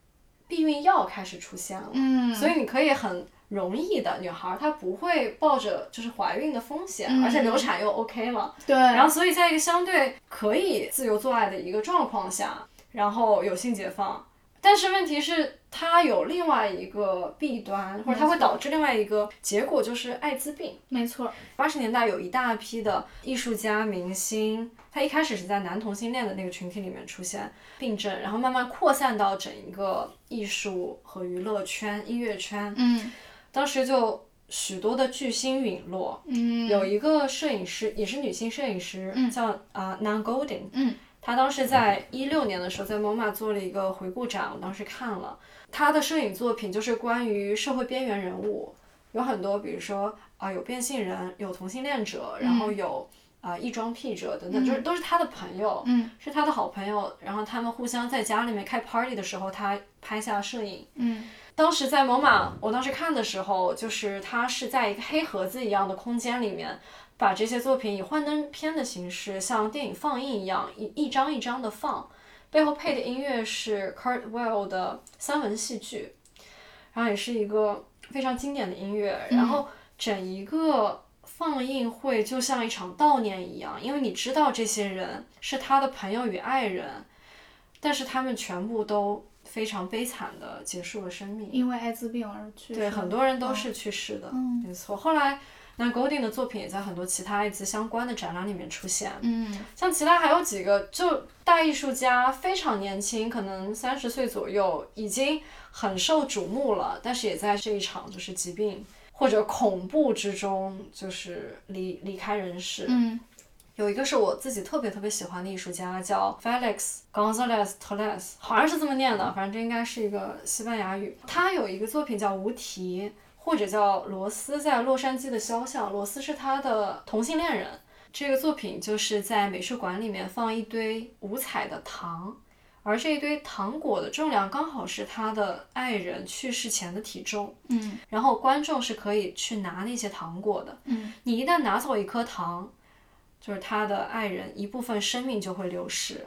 避孕药开始出现了，
嗯，
所以你可以很容易的女孩儿她不会抱着就是怀孕的风险，
嗯
而且流产又 OK 了，
对，
然后，所以在一个相对可以自由做爱的一个状况下，然后有性解放，但是问题是，它有另外一个弊端，或者它会导致另外一个结果，就是艾滋病。
没错，
八十年代有一大批的艺术家、明星，他一开始是在男同性恋的那个群体里面出现病症，然后慢慢扩散到整一个艺术和娱乐圈、音乐圈。
嗯
当时就许多的巨星陨落，
嗯
有一个摄影师，也是女性摄影师，叫啊、Nan Goldin。
嗯，
她当时在一六年的时候在 MoMA 做了一个回顾展，我当时看了她的摄影作品，就是关于社会边缘
嗯
人物，有很多，比如说啊、有变性人，有同性恋者，然后有。呃异装癖者等等，就是都是他的朋友，
嗯，
是他的好朋友，然后他们互相在家里面开 party 的时候，他拍下摄影。
嗯
当时在某马，我当时看的时候，就是他是在一个黑盒子一样的空间里面，把这些作品以幻灯片的形式，像电影放映一样，一一张一张的放，背后配的音乐是 Kurt Weill 的三文戏剧，然后也是一个非常经典的音乐，然后整一个。放映会就像一场悼念一样，因为你知道这些人是他的朋友与爱人，但是他们全部都非常悲惨的结束了生命。
因为艾嗯滋病而去世。嗯
对，很多人都是去世的，没错。后来，那 Golding 的作品也在很多其他艾滋相关的展览里面出现，
嗯
像其他还有几个就大艺术家非常年轻，可能三十岁左右，已经很受瞩目了，但是也在这一场就是疾病或者恐怖之中，就是离离开人世。
嗯
有一个是我自己特别特别喜欢的艺术家，叫 Felix Gonzalez Torres，好像是这么念的，反正这应该是一个西班牙语。他有一个作品叫《无题》，或者叫《罗斯在洛杉矶的肖像》。罗斯是他的同性恋人。这个作品就是在美术馆里面放一堆五彩的糖，而这一堆糖果的重量刚好是他的爱人去世前的体重。
嗯
然后观众是可以去拿那些糖果的。
嗯，
你一旦拿走一颗糖，就是他的爱人一部分生命就会流失。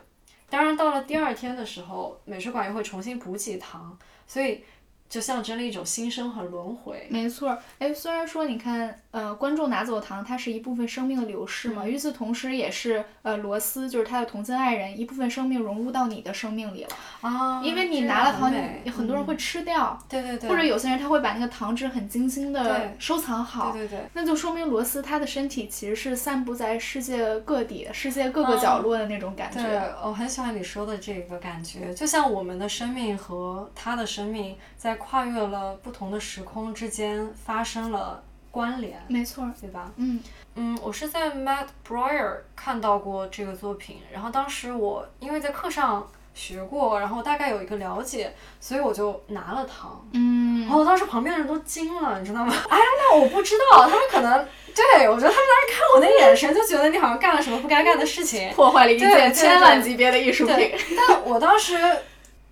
当然，到了第二天的时候，美术馆又会重新补给糖，所以就象征了一种新生和轮回。
没错儿。哎，虽然说你看，呃，观众拿走糖，它是一部分生命的流逝
嗯
嘛，与此同时，也是呃，罗斯就是他的同性爱人，一部分生命融入到你的生命里了。
啊，
因为你
这
拿
样
了糖，
很美
你很多人会
嗯
吃掉，
对对对，
或者有些人他会把那个糖汁很精心的
对
收藏好。
对对对，
那就说明罗斯他的身体其实是散布在世界各地的、世界各个角落的那种感觉。
嗯对，我很喜欢你说的这个感觉，就像我们的生命和他的生命在跨越了不同的时空之间发生了关联，
没错儿。
对吧？
嗯
嗯，我是在 Matt Breyer 看到过这个作品，然后当时我因为在课上学过，然后大概有一个了解，所以我就拿了糖。
嗯
然后当时旁边的人都惊了，你知道吗？哎，那我不知道，他们可能对我觉得他们当时看我的眼神就觉得你好像干了什么不该干的事情，
破坏了一
对
件
对
千
对
万级别的艺术品。
对， 但我当时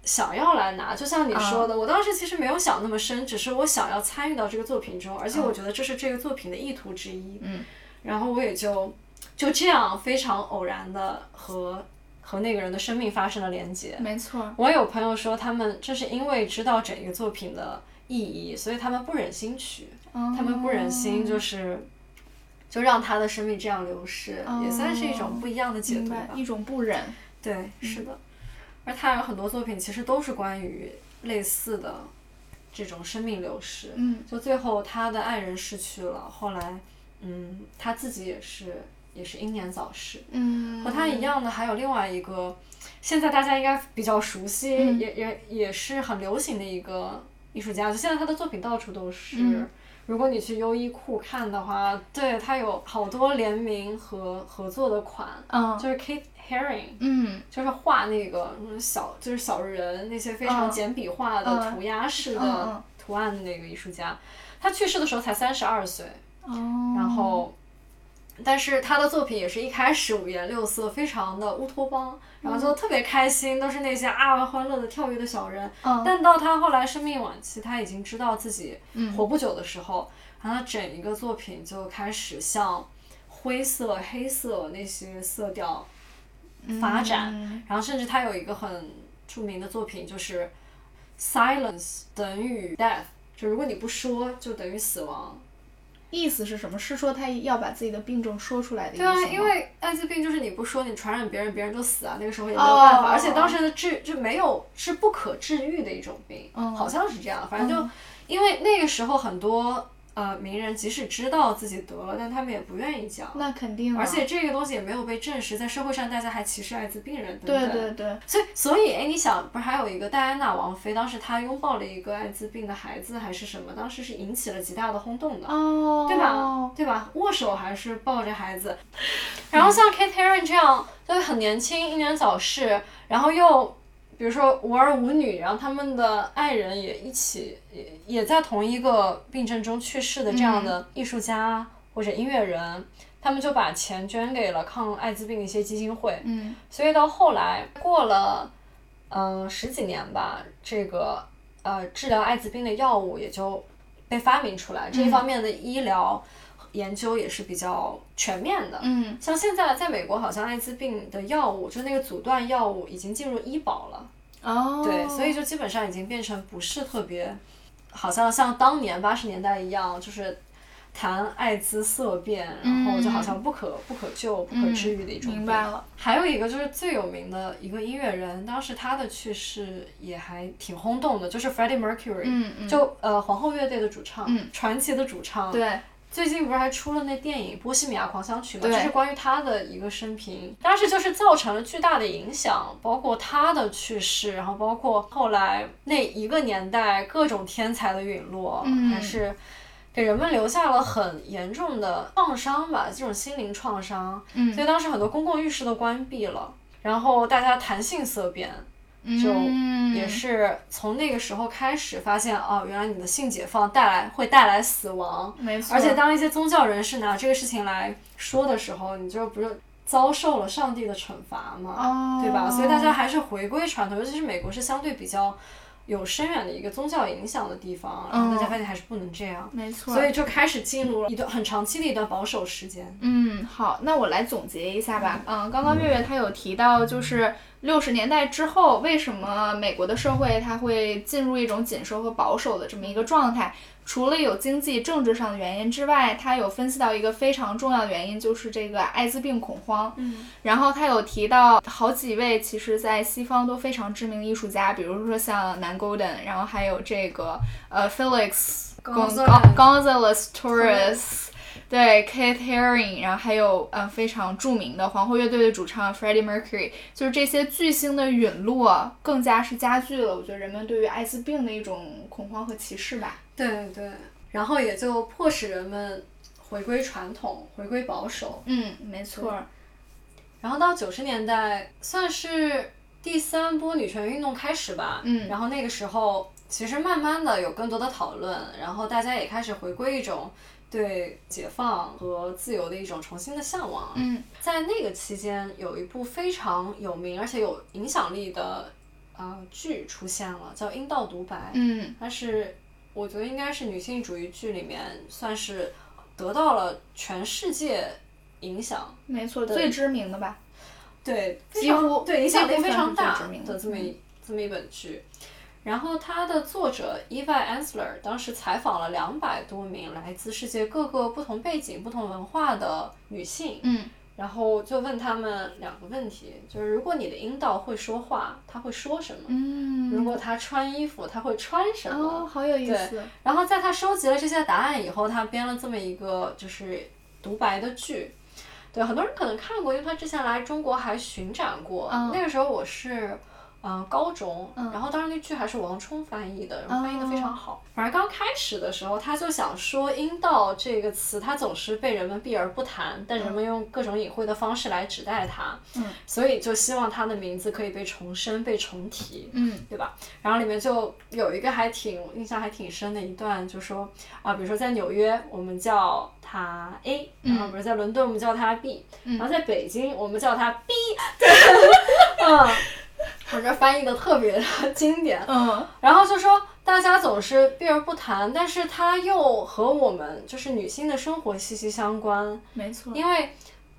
想要来拿，就
啊
像你说的，我当时其实没有想那么深，只是我想要参与到这个作品中，而
啊
且我觉得这是这个作品的意图之一。
嗯，
然后我也就就这样非常偶然的和和那个人的生命发生了连接。
没错儿。
我有朋友说，他们正是因为知道整个作品的意义，所以他们不忍心取，他
他
们不忍心就是。就让他的生命这样流逝，也算是一种不一样的解
哦明
读
白
吧。
一种不忍。嗯
对，是的。而他有很多作品其实都是关于类似的这种生命流逝。
嗯，
就最后他的爱人逝去了，后来，嗯，他自己也是也是英年早逝。
嗯
和他一样的还有另外一个，现在大家应该比较熟悉，
嗯
也也也是很流行的一个艺术家。就现在他的作品到处都是。
嗯
如果你去优衣库看的话，对他有好多联名和合作的款，
嗯
就是 Kate Haring，
嗯
就是画那个嗯小就是小人那些非
嗯
常简笔画的
嗯
涂鸦式
嗯嗯
的图案的那个艺术家，他去世的时候才三十二岁，
哦，
然后，
嗯
但是他的作品也是一开始五颜六色，非常的乌托邦，然后就特别开心，都是那些啊欢乐的跳跃的小人，
嗯
但到他后来生命晚期，他已经知道自己
嗯
活不久的时候，然后他整一个作品就开始向灰色、黑色那些色调发展，
嗯
然后甚至他有一个很著名的作品就是《Silence 等于 Death》，就如果你不说，就等于死亡。
意思是什么？是说他要把自己的病症说出来的意思
对啊，
吗
因为艾滋病就是你不说，你传染别人，别人就死啊。那个时候也没有办法
哦
而且当时的治就没有是不可治愈的一种病，
嗯
好像是这样。反正就、因为那个时候很多呃名人即使知道自己得了，但他们也不愿意讲，
那肯定啊，
而且这个东西也没有被证实，在社会上大家还歧视艾滋病人等等。
对对对，
所以，所以，哎，你想，不是还有一个戴安娜王妃，当时她拥抱了一个艾滋病的孩子还是什么，当时是引起了极大的轰动的。
哦，
对吧？？对吧？握手还是抱着孩子，然后像 Kate Haring 这样，就是很年轻，英年早逝，然后又比如说无儿无女，然后他们的爱人也一起也也在同一个病症中去世的这样的艺术家或者音乐人，他们就把钱捐给了抗艾滋病的一些基金会。
嗯
所以到后来过了，嗯、十几年吧，这个呃治疗艾滋病的药物也就被发明出来，这
嗯
一方面的医疗研究也是比较全面的。
嗯
像现在在美国，好像艾滋病的药物，就那个阻断药物已经进入医保了，
哦，
对，所以就基本上已经变成不是特别，好像像当年八十年代一样，就是谈艾滋色变，然后就好像不可、不可救、不可治愈的一种
嗯
病。
明白了。
还有一个就是最有名的一个音乐人，当时他的去世也还挺轰动的，就是 Freddie Mercury，、
嗯嗯，
就呃皇后乐队的主唱，
嗯
传奇的主唱。
对，
最近不是还出了那电影《波西米亚狂想曲》吗？
对
就是关于他的一个生平，当时就是造成了巨大的影响，包括他的去世，然后包括后来那一个年代各种天才的陨落，
嗯
还是给人们留下了很严重的创伤吧，这种心灵创伤。
嗯
所以当时很多公共浴室都关闭了，然后大家谈性色变，就
嗯
也是从那个时候开始发现，哦，原来你的性解放带来会带来死亡。
没错，
而且当一些宗教人士拿这个事情来说的时候，你就不是遭受了上帝的惩罚
哦，
嘛，对吧？所以大家还是回归传统，尤其是美国是相对比较有深远的一个宗教影响的地方，啊然后大家发现还是不能这样，
没错，
所以就开始进入了一段很长期的一段保守时间。
嗯，好，那我来总结一下吧。嗯，刚刚月月她有提到，就是六十年代之后，为什么美国的社会它会进入一种紧收和保守的这么一个状态？除了有经济、政治上的原因之外，她有分析到一个非常重要的原因，就是这个艾滋病恐慌。
嗯，
然后她有提到好几位，其实在西方都非常知名的艺术家，比如说像南 Golden，然后还有这个呃 Felix
Gonzalez
Gonzalez Torres，对 Kate Herring，然后还有呃非常著名的皇后乐队的主唱 Freddie Mercury，就是这些巨星的陨落，更加是加剧了我觉得人们对于艾滋病的一种恐慌和歧视吧。
对对，然后也就迫使人们回归传统，回归保守。
嗯，没错儿。
然后到九十年代算是第三波女权运动开始吧，
嗯
然后那个时候其实慢慢的有更多的讨论，然后大家也开始回归一种对解放和自由的一种重新的向往。
嗯
在那个期间，有一部非常有名而且有影响力的呃剧出现了，叫《阴道独白》，
嗯
它是我觉得应该是女性主义剧里面算是得到了全世界影响。
没错，最知名的吧。
对，
几乎
对影响
几
力
乎
非常
算是最
大
知名的嗯
的这么一这么一本剧。然后它的作者 Eva Ensler 当时采访了两百多名来自世界各个不同背景、不同文化的女性，
嗯
然后就问他们两个问题，就是如果你的阴道会说话，它会说什么？如
嗯。
果它穿衣服，它会穿什么？
哦，好有意思。
然后在他收集了这些答案以后，他编了这么一个就是独白的剧。对，很多人可能看过，因为他之前来中国还巡展过。
嗯
那个时候我是嗯、呃高中，然后当时那剧还是王冲翻译的，然后翻译的非
哦
常好。反正刚开始的时候，他就想说“阴道”这个词，它总是被人们避而不谈，但人们用各种隐晦的方式来指代它。
嗯，
所以就希望它的名字可以被重申、被重提。
嗯
对吧？然后里面就有一个还挺印象还挺深的一段，就说啊，比如说在纽约我们叫它 A，、然后比如在伦敦我们叫它 B，、然后在北京我们叫它 B，对，嗯，我这翻译的特别的经典。
嗯
然后就说大家总是避而不谈，但是它又和我们就是女性的生活息息相关，
没错。
因为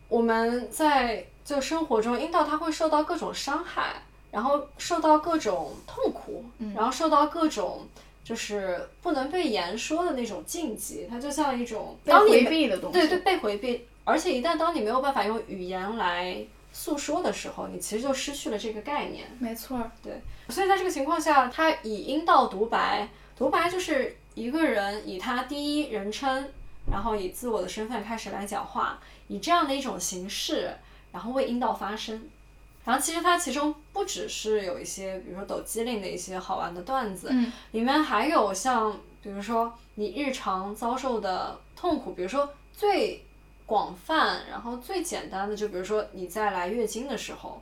我们在就生活中，阴道它会受到各种伤害，然后受到各种痛苦，
嗯
然后受到各种就是不能被言说的那种禁忌，它就像一种
被
当你
回
没
避的东西。
对对被回避，而且一旦当你没有办法用语言来诉说的时候，你其实就失去了这个概念。
没错儿。
所以在这个情况下，他以阴道独白，独白就是一个人以他第一人称，然后以自我的身份开始来讲话，以这样的一种形式，然后为阴道发声。然后其实它其中不只是有一些，比如说抖机灵的一些好玩的段子，
嗯
里面还有像比如说你日常遭受的痛苦，比如说最广泛，然后最简单的，就比如说你在来月经的时候，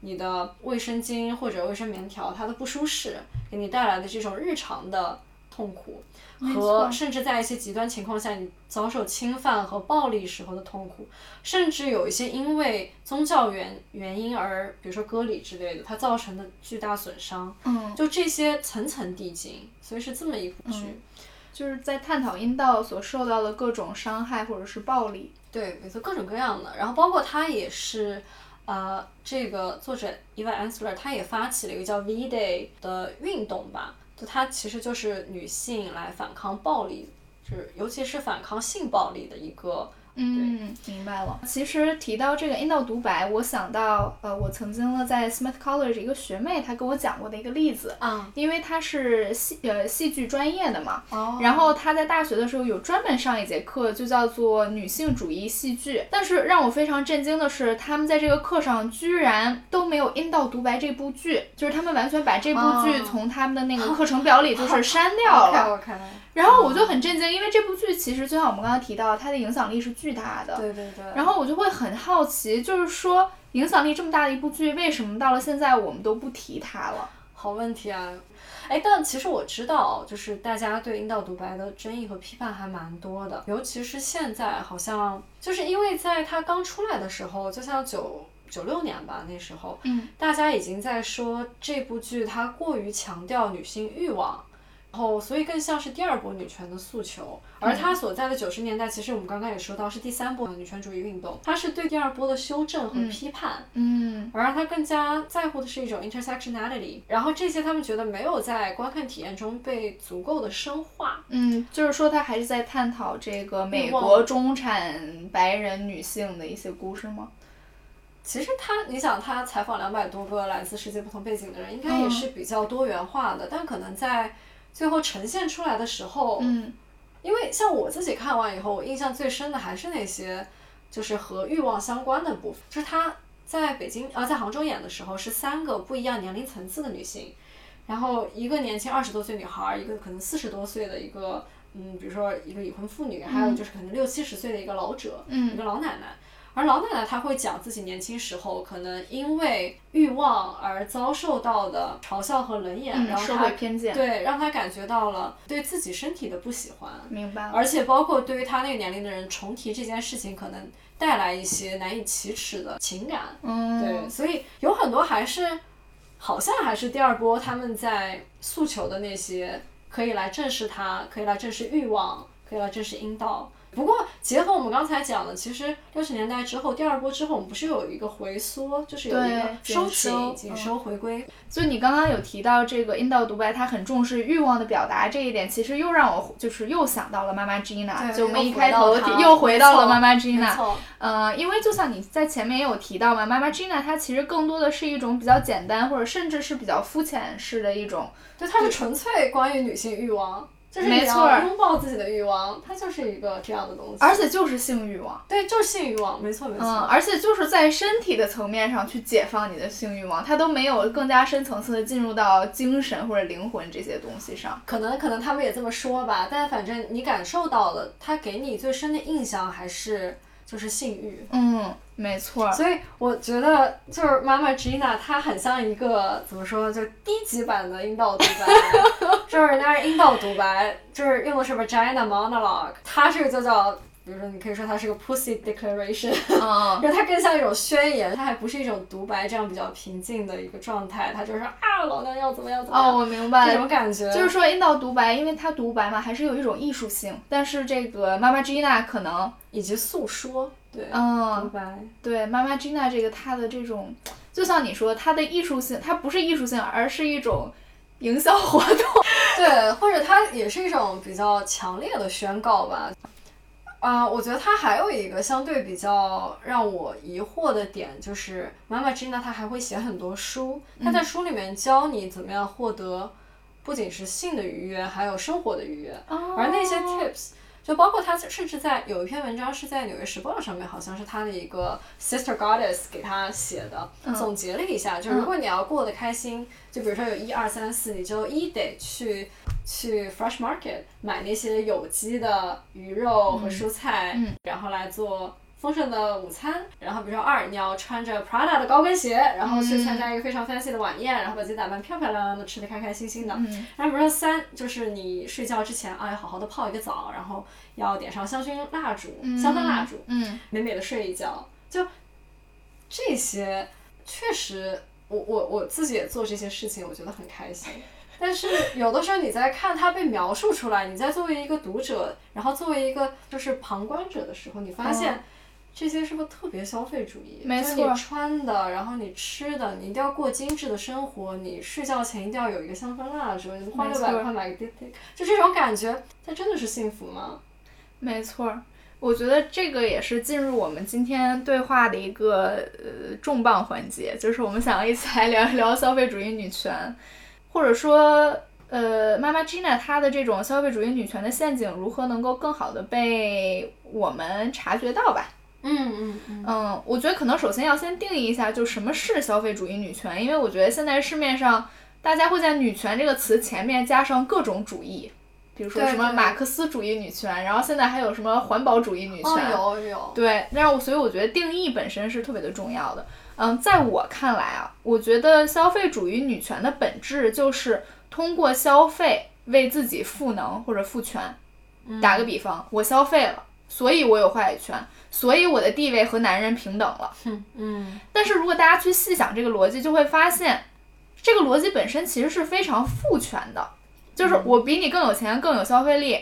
你的卫生巾或者卫生棉条它的不舒适，给你带来的这种日常的痛苦，
没
和
错
甚至在一些极端情况下你遭受侵犯和暴力时候的痛苦，甚至有一些因为宗教原原因而，比如说割礼之类的，它造成的巨大损伤，
嗯，
就这些层层递进，所以是这么一部剧。
就是在探讨阴道所受到的各种伤害或者是暴力。
对，没错，各种各样的。然后包括他也是，呃，这个作者伊万 Ansler 他也发起了一个叫 V Day 的运动吧，就他其实就是女性来反抗暴力，就是尤其是反抗性暴力的一个，
嗯，明白了。其实提到这个阴道独白，我想到呃，我曾经呢在 Smith College 一个学妹，她跟我讲过的一个例子，
啊，
因为她是戏呃戏剧专业的嘛，
哦
然后她在大学的时候有专门上一节课，就叫做女性主义戏剧。但是让我非常震惊的是，他们在这个课上居然都没有《阴道独白》这部剧，就是他们完全把这部剧
哦
从他们的 那个课程表里就是删 掉了。
OK，
然后我就很震惊，因为这部剧其实就像我们刚刚提到，它的影响力是巨大的。
对对对，
然后我就会很好奇，就是说影响力这么大的一部剧，为什么到了现在我们都不提它了？
好问题啊，哎，但其实我知道，哦就是大家对阴道独白的争议和批判还蛮多的，尤其是现在，好像就是因为在它刚出来的时候，就像九九六年吧，那时候，
嗯，
大家已经在说这部剧它过于强调女性欲望。然后，所以更像是第二波女权的诉求，而它所在的九十年代，其实我们刚刚也说到，是第三波女权主义运动，它是对第二波的修正和批判。
嗯
而他更加在乎的是一种 intersectionality，然后这些他们觉得没有在观看体验中被足够的深化。
嗯，就是说它还是在探讨这个美
欲望
国中产白人女性的一些故事吗？
其实他，你想他采访两百多个来自世界不同背景的人，应该也是比较多元化的，但可能在最后呈现出来的时候，
嗯
因为像我自己看完以后，我印象最深的还是那些就是和欲望相关的部分，就是他在北京呃在杭州演的时候是三个不一样年龄层次的女性，然后一个年轻二十多岁女孩儿，一个可能四十多岁的一个嗯，比如说一个已婚妇女，还有就是可能六七十岁的一个老者，一
嗯
个老奶奶。而老奶奶她会讲自己年轻时候可能因为欲望而遭受到的嘲笑和冷眼，
嗯，
然后
社
她
会偏见，
对让她感觉到了对自己身体的不喜欢，
明白了。
而且包括对于他那个年龄的人重提这件事情，可能带来一些难以启齿的情感。
嗯，
对，所以有很多还是好像还是第二波他们在诉求的那些，可以来正视它，可以来正视欲望，可以来正视阴道。不过结合我们刚才讲的，其实六十年代之后，第二波之后，我们不是有一个回缩，就是有一个
对
收
紧收嗯
紧、紧收、回归。
就你刚刚有提到这个阴道独白，它很重视欲望的表达这一点，其实又让我就是又想到了妈妈 Gina，
对
就我们
又
一
回
开
到
头
她
提又回到了
没错
妈妈
没
Gina，
错，
呃，因为就像你在前面也有提到嘛，妈妈 Gina 她其实更多的是一种比较简单，或者甚至是比较肤浅式的一种，
对，它是纯粹关于女性欲望，就是
没
你
错
要
儿
拥抱自己的欲望，它就是一个这样的东西。
而且就是性欲望，
对，就是性欲望，没错没错。
嗯，而且就是在身体的层面上去解放你的性欲望，它都没有更加深层次的进入到精神或者灵魂这些东西上。
可能可能他们也这么说吧，但反正你感受到了，它给你最深的印象还是就是性欲。
嗯，没错儿，
所以我觉得就是妈妈 Gina，她很像一个怎么说，就低级版的阴道独 白，就是人家是阴道独白，就是用的是 vagina monologue，它这个就叫，比如说你可以说它是个 pussy declaration，
嗯，
就它更像一种宣言，它还不是一种独白这样比较平静的一个状态，它就是啊，老娘要怎么样怎么样，
哦，我明白
这
了。
种感觉，
就是说，阴道独白，因为它独白嘛，还是有一种艺术性。但是这个妈妈 Gina 可能，
以及诉说，对，
嗯，
独白，
对，妈妈 Gina 这个她的这种，就像你说，她的艺术性，它不是艺术性，而是一种营销活动。
对，或者它也是一种比较强烈的宣告吧。啊、我觉得它还有一个相对比较让我疑惑的点，就是妈妈 Gina 她还会写很多书，她
嗯
在书里面教你怎么样获得不仅是性的愉悦，还有生活的愉悦。而那
哦
些 tips，就包括他甚至在有一篇文章是在《纽约时报》上面，好像是他的一个 sister goddess 给他写的，总结了一下，就是如果你要过得开心，就比如说有一二三四，你就一得去去 fresh market 买那些有机的鱼肉和蔬菜，然后来做。丰盛的午餐，然后比如说二，你要穿着 Prada 的高跟鞋，然后去参加一个非常 fancy 的晚宴，然后把自己打扮漂漂亮亮的，吃的开开心心的。
嗯
然后哎比如说三，就是你睡觉之前啊，要好好的泡一个澡，然后要点上香薰蜡烛、香氛蜡烛，
嗯
美美的睡一觉。就这些，确实，我我我自己也做这些事情，我觉得很开心。但是有的时候你在看它被描述出来，你在作为一个读者，然后作为一个就是旁观者的时候，你发现。这些是不是特别消费主义？
嗯没
就是
错
你穿的，然后你吃的，你一定要过精致的生活，你睡觉前一定要有一个香氛蜡烛，你花
没
六
错
百块买个 d i p 就这种感觉，它真的是幸福吗？
没错儿，我觉得这个也是进入我们今天对话的一个呃重磅环节，就是我们想要一起来聊一 聊消费主义女权，或者说呃，妈妈 Gina 她的这种消费主义女权的陷阱如何能够更好的被我们察觉到吧？
嗯嗯嗯，
嗯，我觉得可能首先要先定义一下，就什么是消费主义女权，因为我觉得现在市面上大家会在“女权”这个词前面加上各种主义，比如说
对
什么
对
马克思主义女权，然后现在还有什么环保主义女权，
哦，有有，
对，但是我所以我觉得定义本身是特别的重要的。嗯，在我看来啊，我觉得消费主义女权的本质就是通过消费为自己赋能或者赋权。打个比方，我消费了，所以我有话语权，所以我的地位和男人平等了。
嗯嗯，
但是如果大家去细想这个逻辑，就会发现，这个逻辑本身其实是非常父权的，就是我比你更有钱，更有消费力，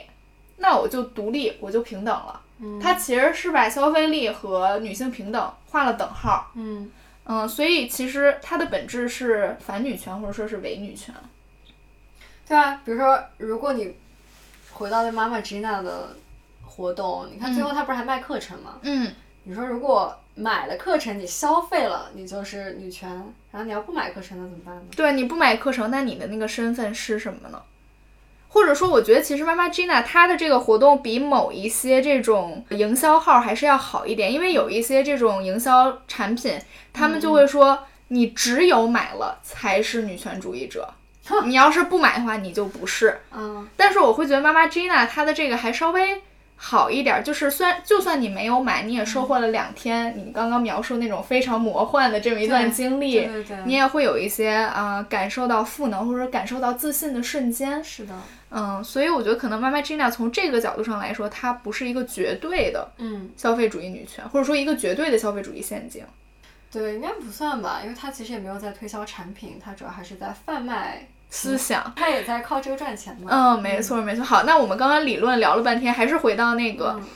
那我就独立，我就平等了。它其实是把消费力和女性平等画了等号。
嗯，
嗯，所以其实它的本质是反女权，或者说是伪女权。
对啊，比如说，如果你回到那妈妈 Gina 的活动，你看最后她不是还卖课程吗？
嗯，
你说如果买了课程，你消费了，你就是女权，然后你要不买课程，那怎么办呢？
对，你不买课程，那你的那个身份是什么呢？或者说，我觉得其实妈妈 Gina 她的这个活动比某一些这种营销号还是要好一点，因为有一些这种营销产品，他们就会说你只有买了才是女权主义者，你要是不买的话，你就不是。
嗯
但是我会觉得妈妈 Gina 她的这个还稍微好一点儿，就是虽然就算你没有买，你也收获了两天、你刚刚描述那种非常魔幻的这么一段
对
经历，
对对对，
你也会有一些啊、呃感受到赋能或者感受到自信的瞬间。
是的，
嗯，所以我觉得可能妈妈 Gina 从这个角度上来说，它不是一个绝对的
嗯。
消费主义女权，或者说一个绝对的消费主义陷阱。
对，应该不算吧，因为他其实也没有在推销产品，他主要还是在贩卖，
思想，
他也在靠这个赚钱嘛。
嗯，没错没错。好，那我们刚刚理论聊了半天，还是回到那个，
嗯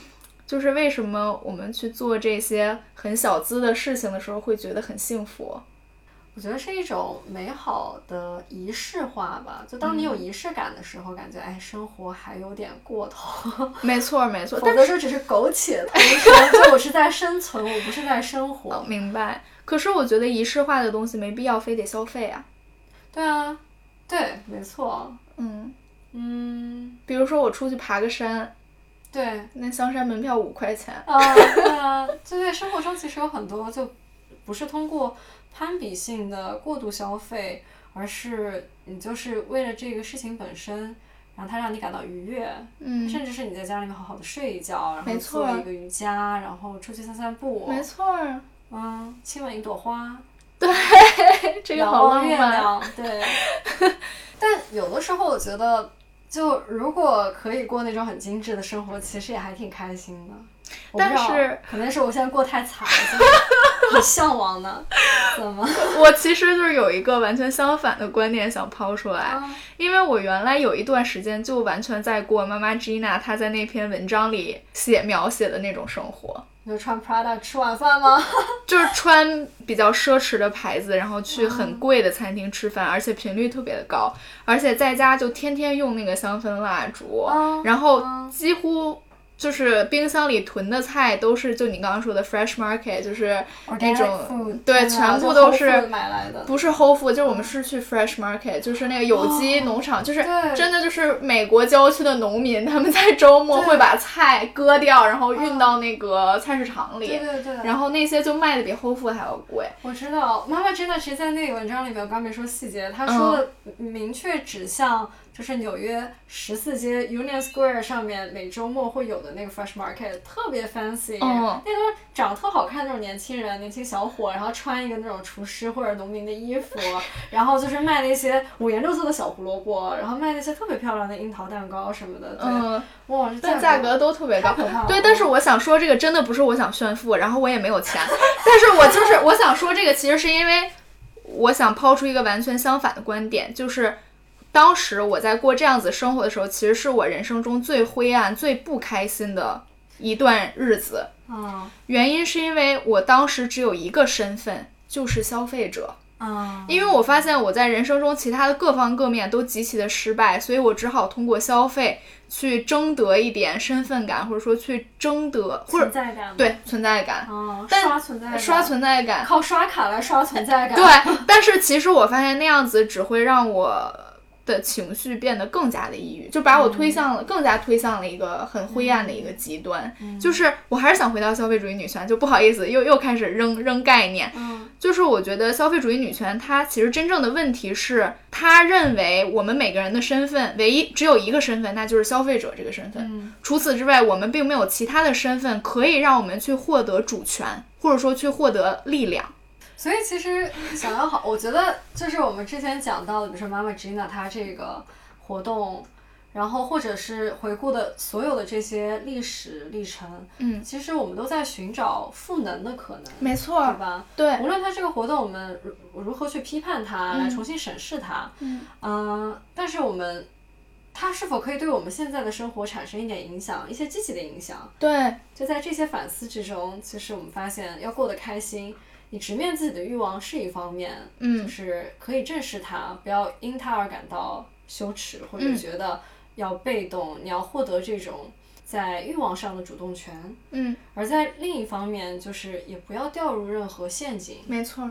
就是为什么我们去做这些很小资的事情的时候会觉得很幸
哦
福？
我觉得是一种美好的仪式化吧，就当你有仪式感的时候，感觉哎，生活还有点过头，
没错没错，
否
但
则就只是苟且偷生。 就我是在生存，我不是在生活。
明白。可是我觉得仪式化的东西没必要非得消费啊。
对啊，对，没错，
嗯，
嗯，
比如说我出去爬个山，
对，
那香山门票五块钱。
啊，对啊，就在生活中其实有很多就不是通过攀比性的过度消费，而是你就是为了这个事情本身，然后它让你感到愉悦，
嗯，
甚至是你在家里面好好的睡一觉，然后
没错
做一个瑜伽，然后出去散散步，
没错儿，
嗯，亲吻一朵花，
哎这个
遥
好
望
浪
月
漫。啊
亮，对。 但有的时候我觉得，就如果可以过那种很精致的生活，其实也还挺开心的。我不
但
知道
是
可能是我现在过太惨了，就是 很向往呢。怎么？
我其实就是有一个完全相反的观点想抛出来，
啊
因为我原来有一段时间就完全在过妈妈 Gina 她在那篇文章里写描写的那种生活，
你就穿 Prada 吃晚饭吗？
就是穿比较奢侈的牌子，然后去很
嗯
贵的餐厅吃饭，而且频率特别的高，而且在家就天天用那个香氛蜡烛，
嗯
然后
嗯
几乎。就是冰箱里囤的菜都是就你刚刚说的 fresh market，就是那
Organic
哦种
food，
对，
真的
全部
就
都
Whole
是
Food 买来的。
不是 Whole Food，就是我们是去 fresh market，就是那个有机农场，就是
哦对
真的就是美国郊区的农民，他们在周末会把菜割掉，然后运到那个菜市场里
嗯对，对对。
然后那些就卖的比 Whole Food 还要贵。
我知
嗯
道，妈妈真的是在那个文章里面，我刚没说细节，她说的明确指向就是纽约十四街 Union Square 上面每周末会有的那个 Fresh Market，特别 fancy，、
嗯
那都是长得特好看那种年轻人、年轻小伙，然后穿一个那种厨师或者农民的衣服，然后就是卖那些五颜六色的小胡萝卜，然后卖那些特别漂亮的樱桃蛋糕什么的，对，
嗯，
哇，这
但
价
价格都特别高
太可怕了。
对，但是我想说，这个真的不是我想炫富，然后我也没有钱，但是我就是我想说，这个其实是因为我想抛出一个完全相反的观点，就是当时我在过这样子生活的时候，其实是我人生中最灰暗、最不开心的一段日子。
嗯
原因是因为我当时只有一个身份，就是消费者。
嗯，
因为我发现我在人生中其他的各方各面都极其的失败，所以我只好通过消费去争得一点身份感，或者说去争得或
存
者
在感，，
对存在感，
嗯，
但
刷存在感，
刷存在感。
靠刷卡来刷存在感，
对， 但是其实我发现那样子只会让我的情绪变得更加的抑郁，就把我推向了、更加推向了一个很灰暗的一个极端。就是我还是想回到消费主义女权，就不好意思，又又开始扔扔概念。
嗯
就是我觉得消费主义女权，它其实真正的问题是，她认为我们每个人的身份唯一只有一个身份，那就是消费者这个身份。
嗯
除此之外，我们并没有其他的身份可以让我们去获得主权，或者说去获得力量。
所以其实想要好，我觉得就是我们之前讲到的，比如说妈妈 Gina 她这个活动，然后或者是回顾的所有的这些历史历程，
嗯，
其实我们都在寻找赋能的可能，
没
对
错，
吧？
对，
无论它这个活动，我们如如何去批判它，来重新审视它，
嗯
嗯、但是我们它是否可以对我们现在的生活产生一点影响，一些积极的影响？
对，
就在这些反思之中，其实我们发现，要过得开心，你直面自己的欲望是一方面，就
嗯
是可以正视它，不要因它而感到羞耻，或者
嗯
觉得要被动，你要获得这种在欲望上的主动权。
嗯，
而在另一方面，就是也不要掉入任何陷阱，
没错，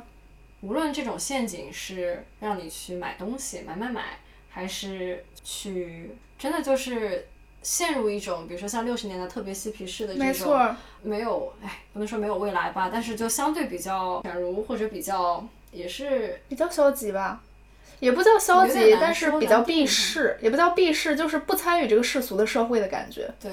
无论这种陷阱是让你去买东西买买买，还是去真的就是陷入一种，比如说像六十年代特别嬉皮士的这种，
没错，
没有，哎，不能说没有未来吧，但是就相对比较假如或者比较也是
比较消极吧。也不叫消
有点
极，
难
但是
说
比
难
较
定
避
义
世，也不叫避世，就是不参与这个世俗的社会的感觉。
对，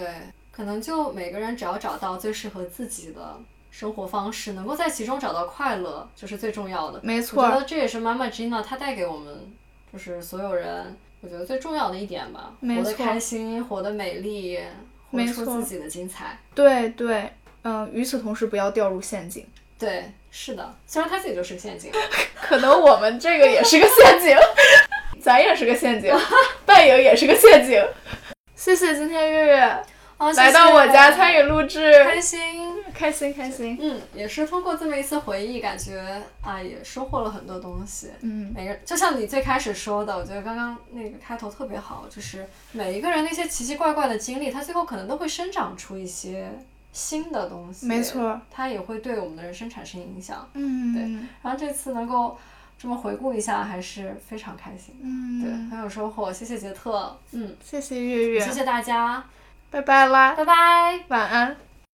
可能就每个人只要找到最适合自己的生活方式，能够在其中找到快乐，就是最重要的。
没
我
错
觉，得这也是妈妈 Gina 她带给我们，就是所有人，我觉得最重要的一点吧，
没
活
错
得开心，活得美丽，活
没
出
错
自己的精彩。
对对，嗯，与此同时不要掉入陷阱，
对，是的，虽然她自己就是个陷 阱，
可能我们这个也是个陷 阱，咱也是个陷阱，半影也是个陷阱。谢谢今天月月
哦
来到我家参
与，
与录制，
开心。
开心开心。
嗯，也是通过这么一次回忆，感觉啊也收获了很多东西。
嗯，
每个就像你最开始说的，我觉得刚刚那个开头特别好，就是每一个人那些奇奇怪怪的经历，他最后可能都会生长出一些新的东西。
没，错，
它也会对我们的人生产生影响。
嗯，
然后这次能够这么回顾一下，还是非常开心，对，
嗯，
很有收获。谢谢杰特，嗯，
谢谢月
谢
月，
谢大家，
拜拜啦，
拜拜。
晚安。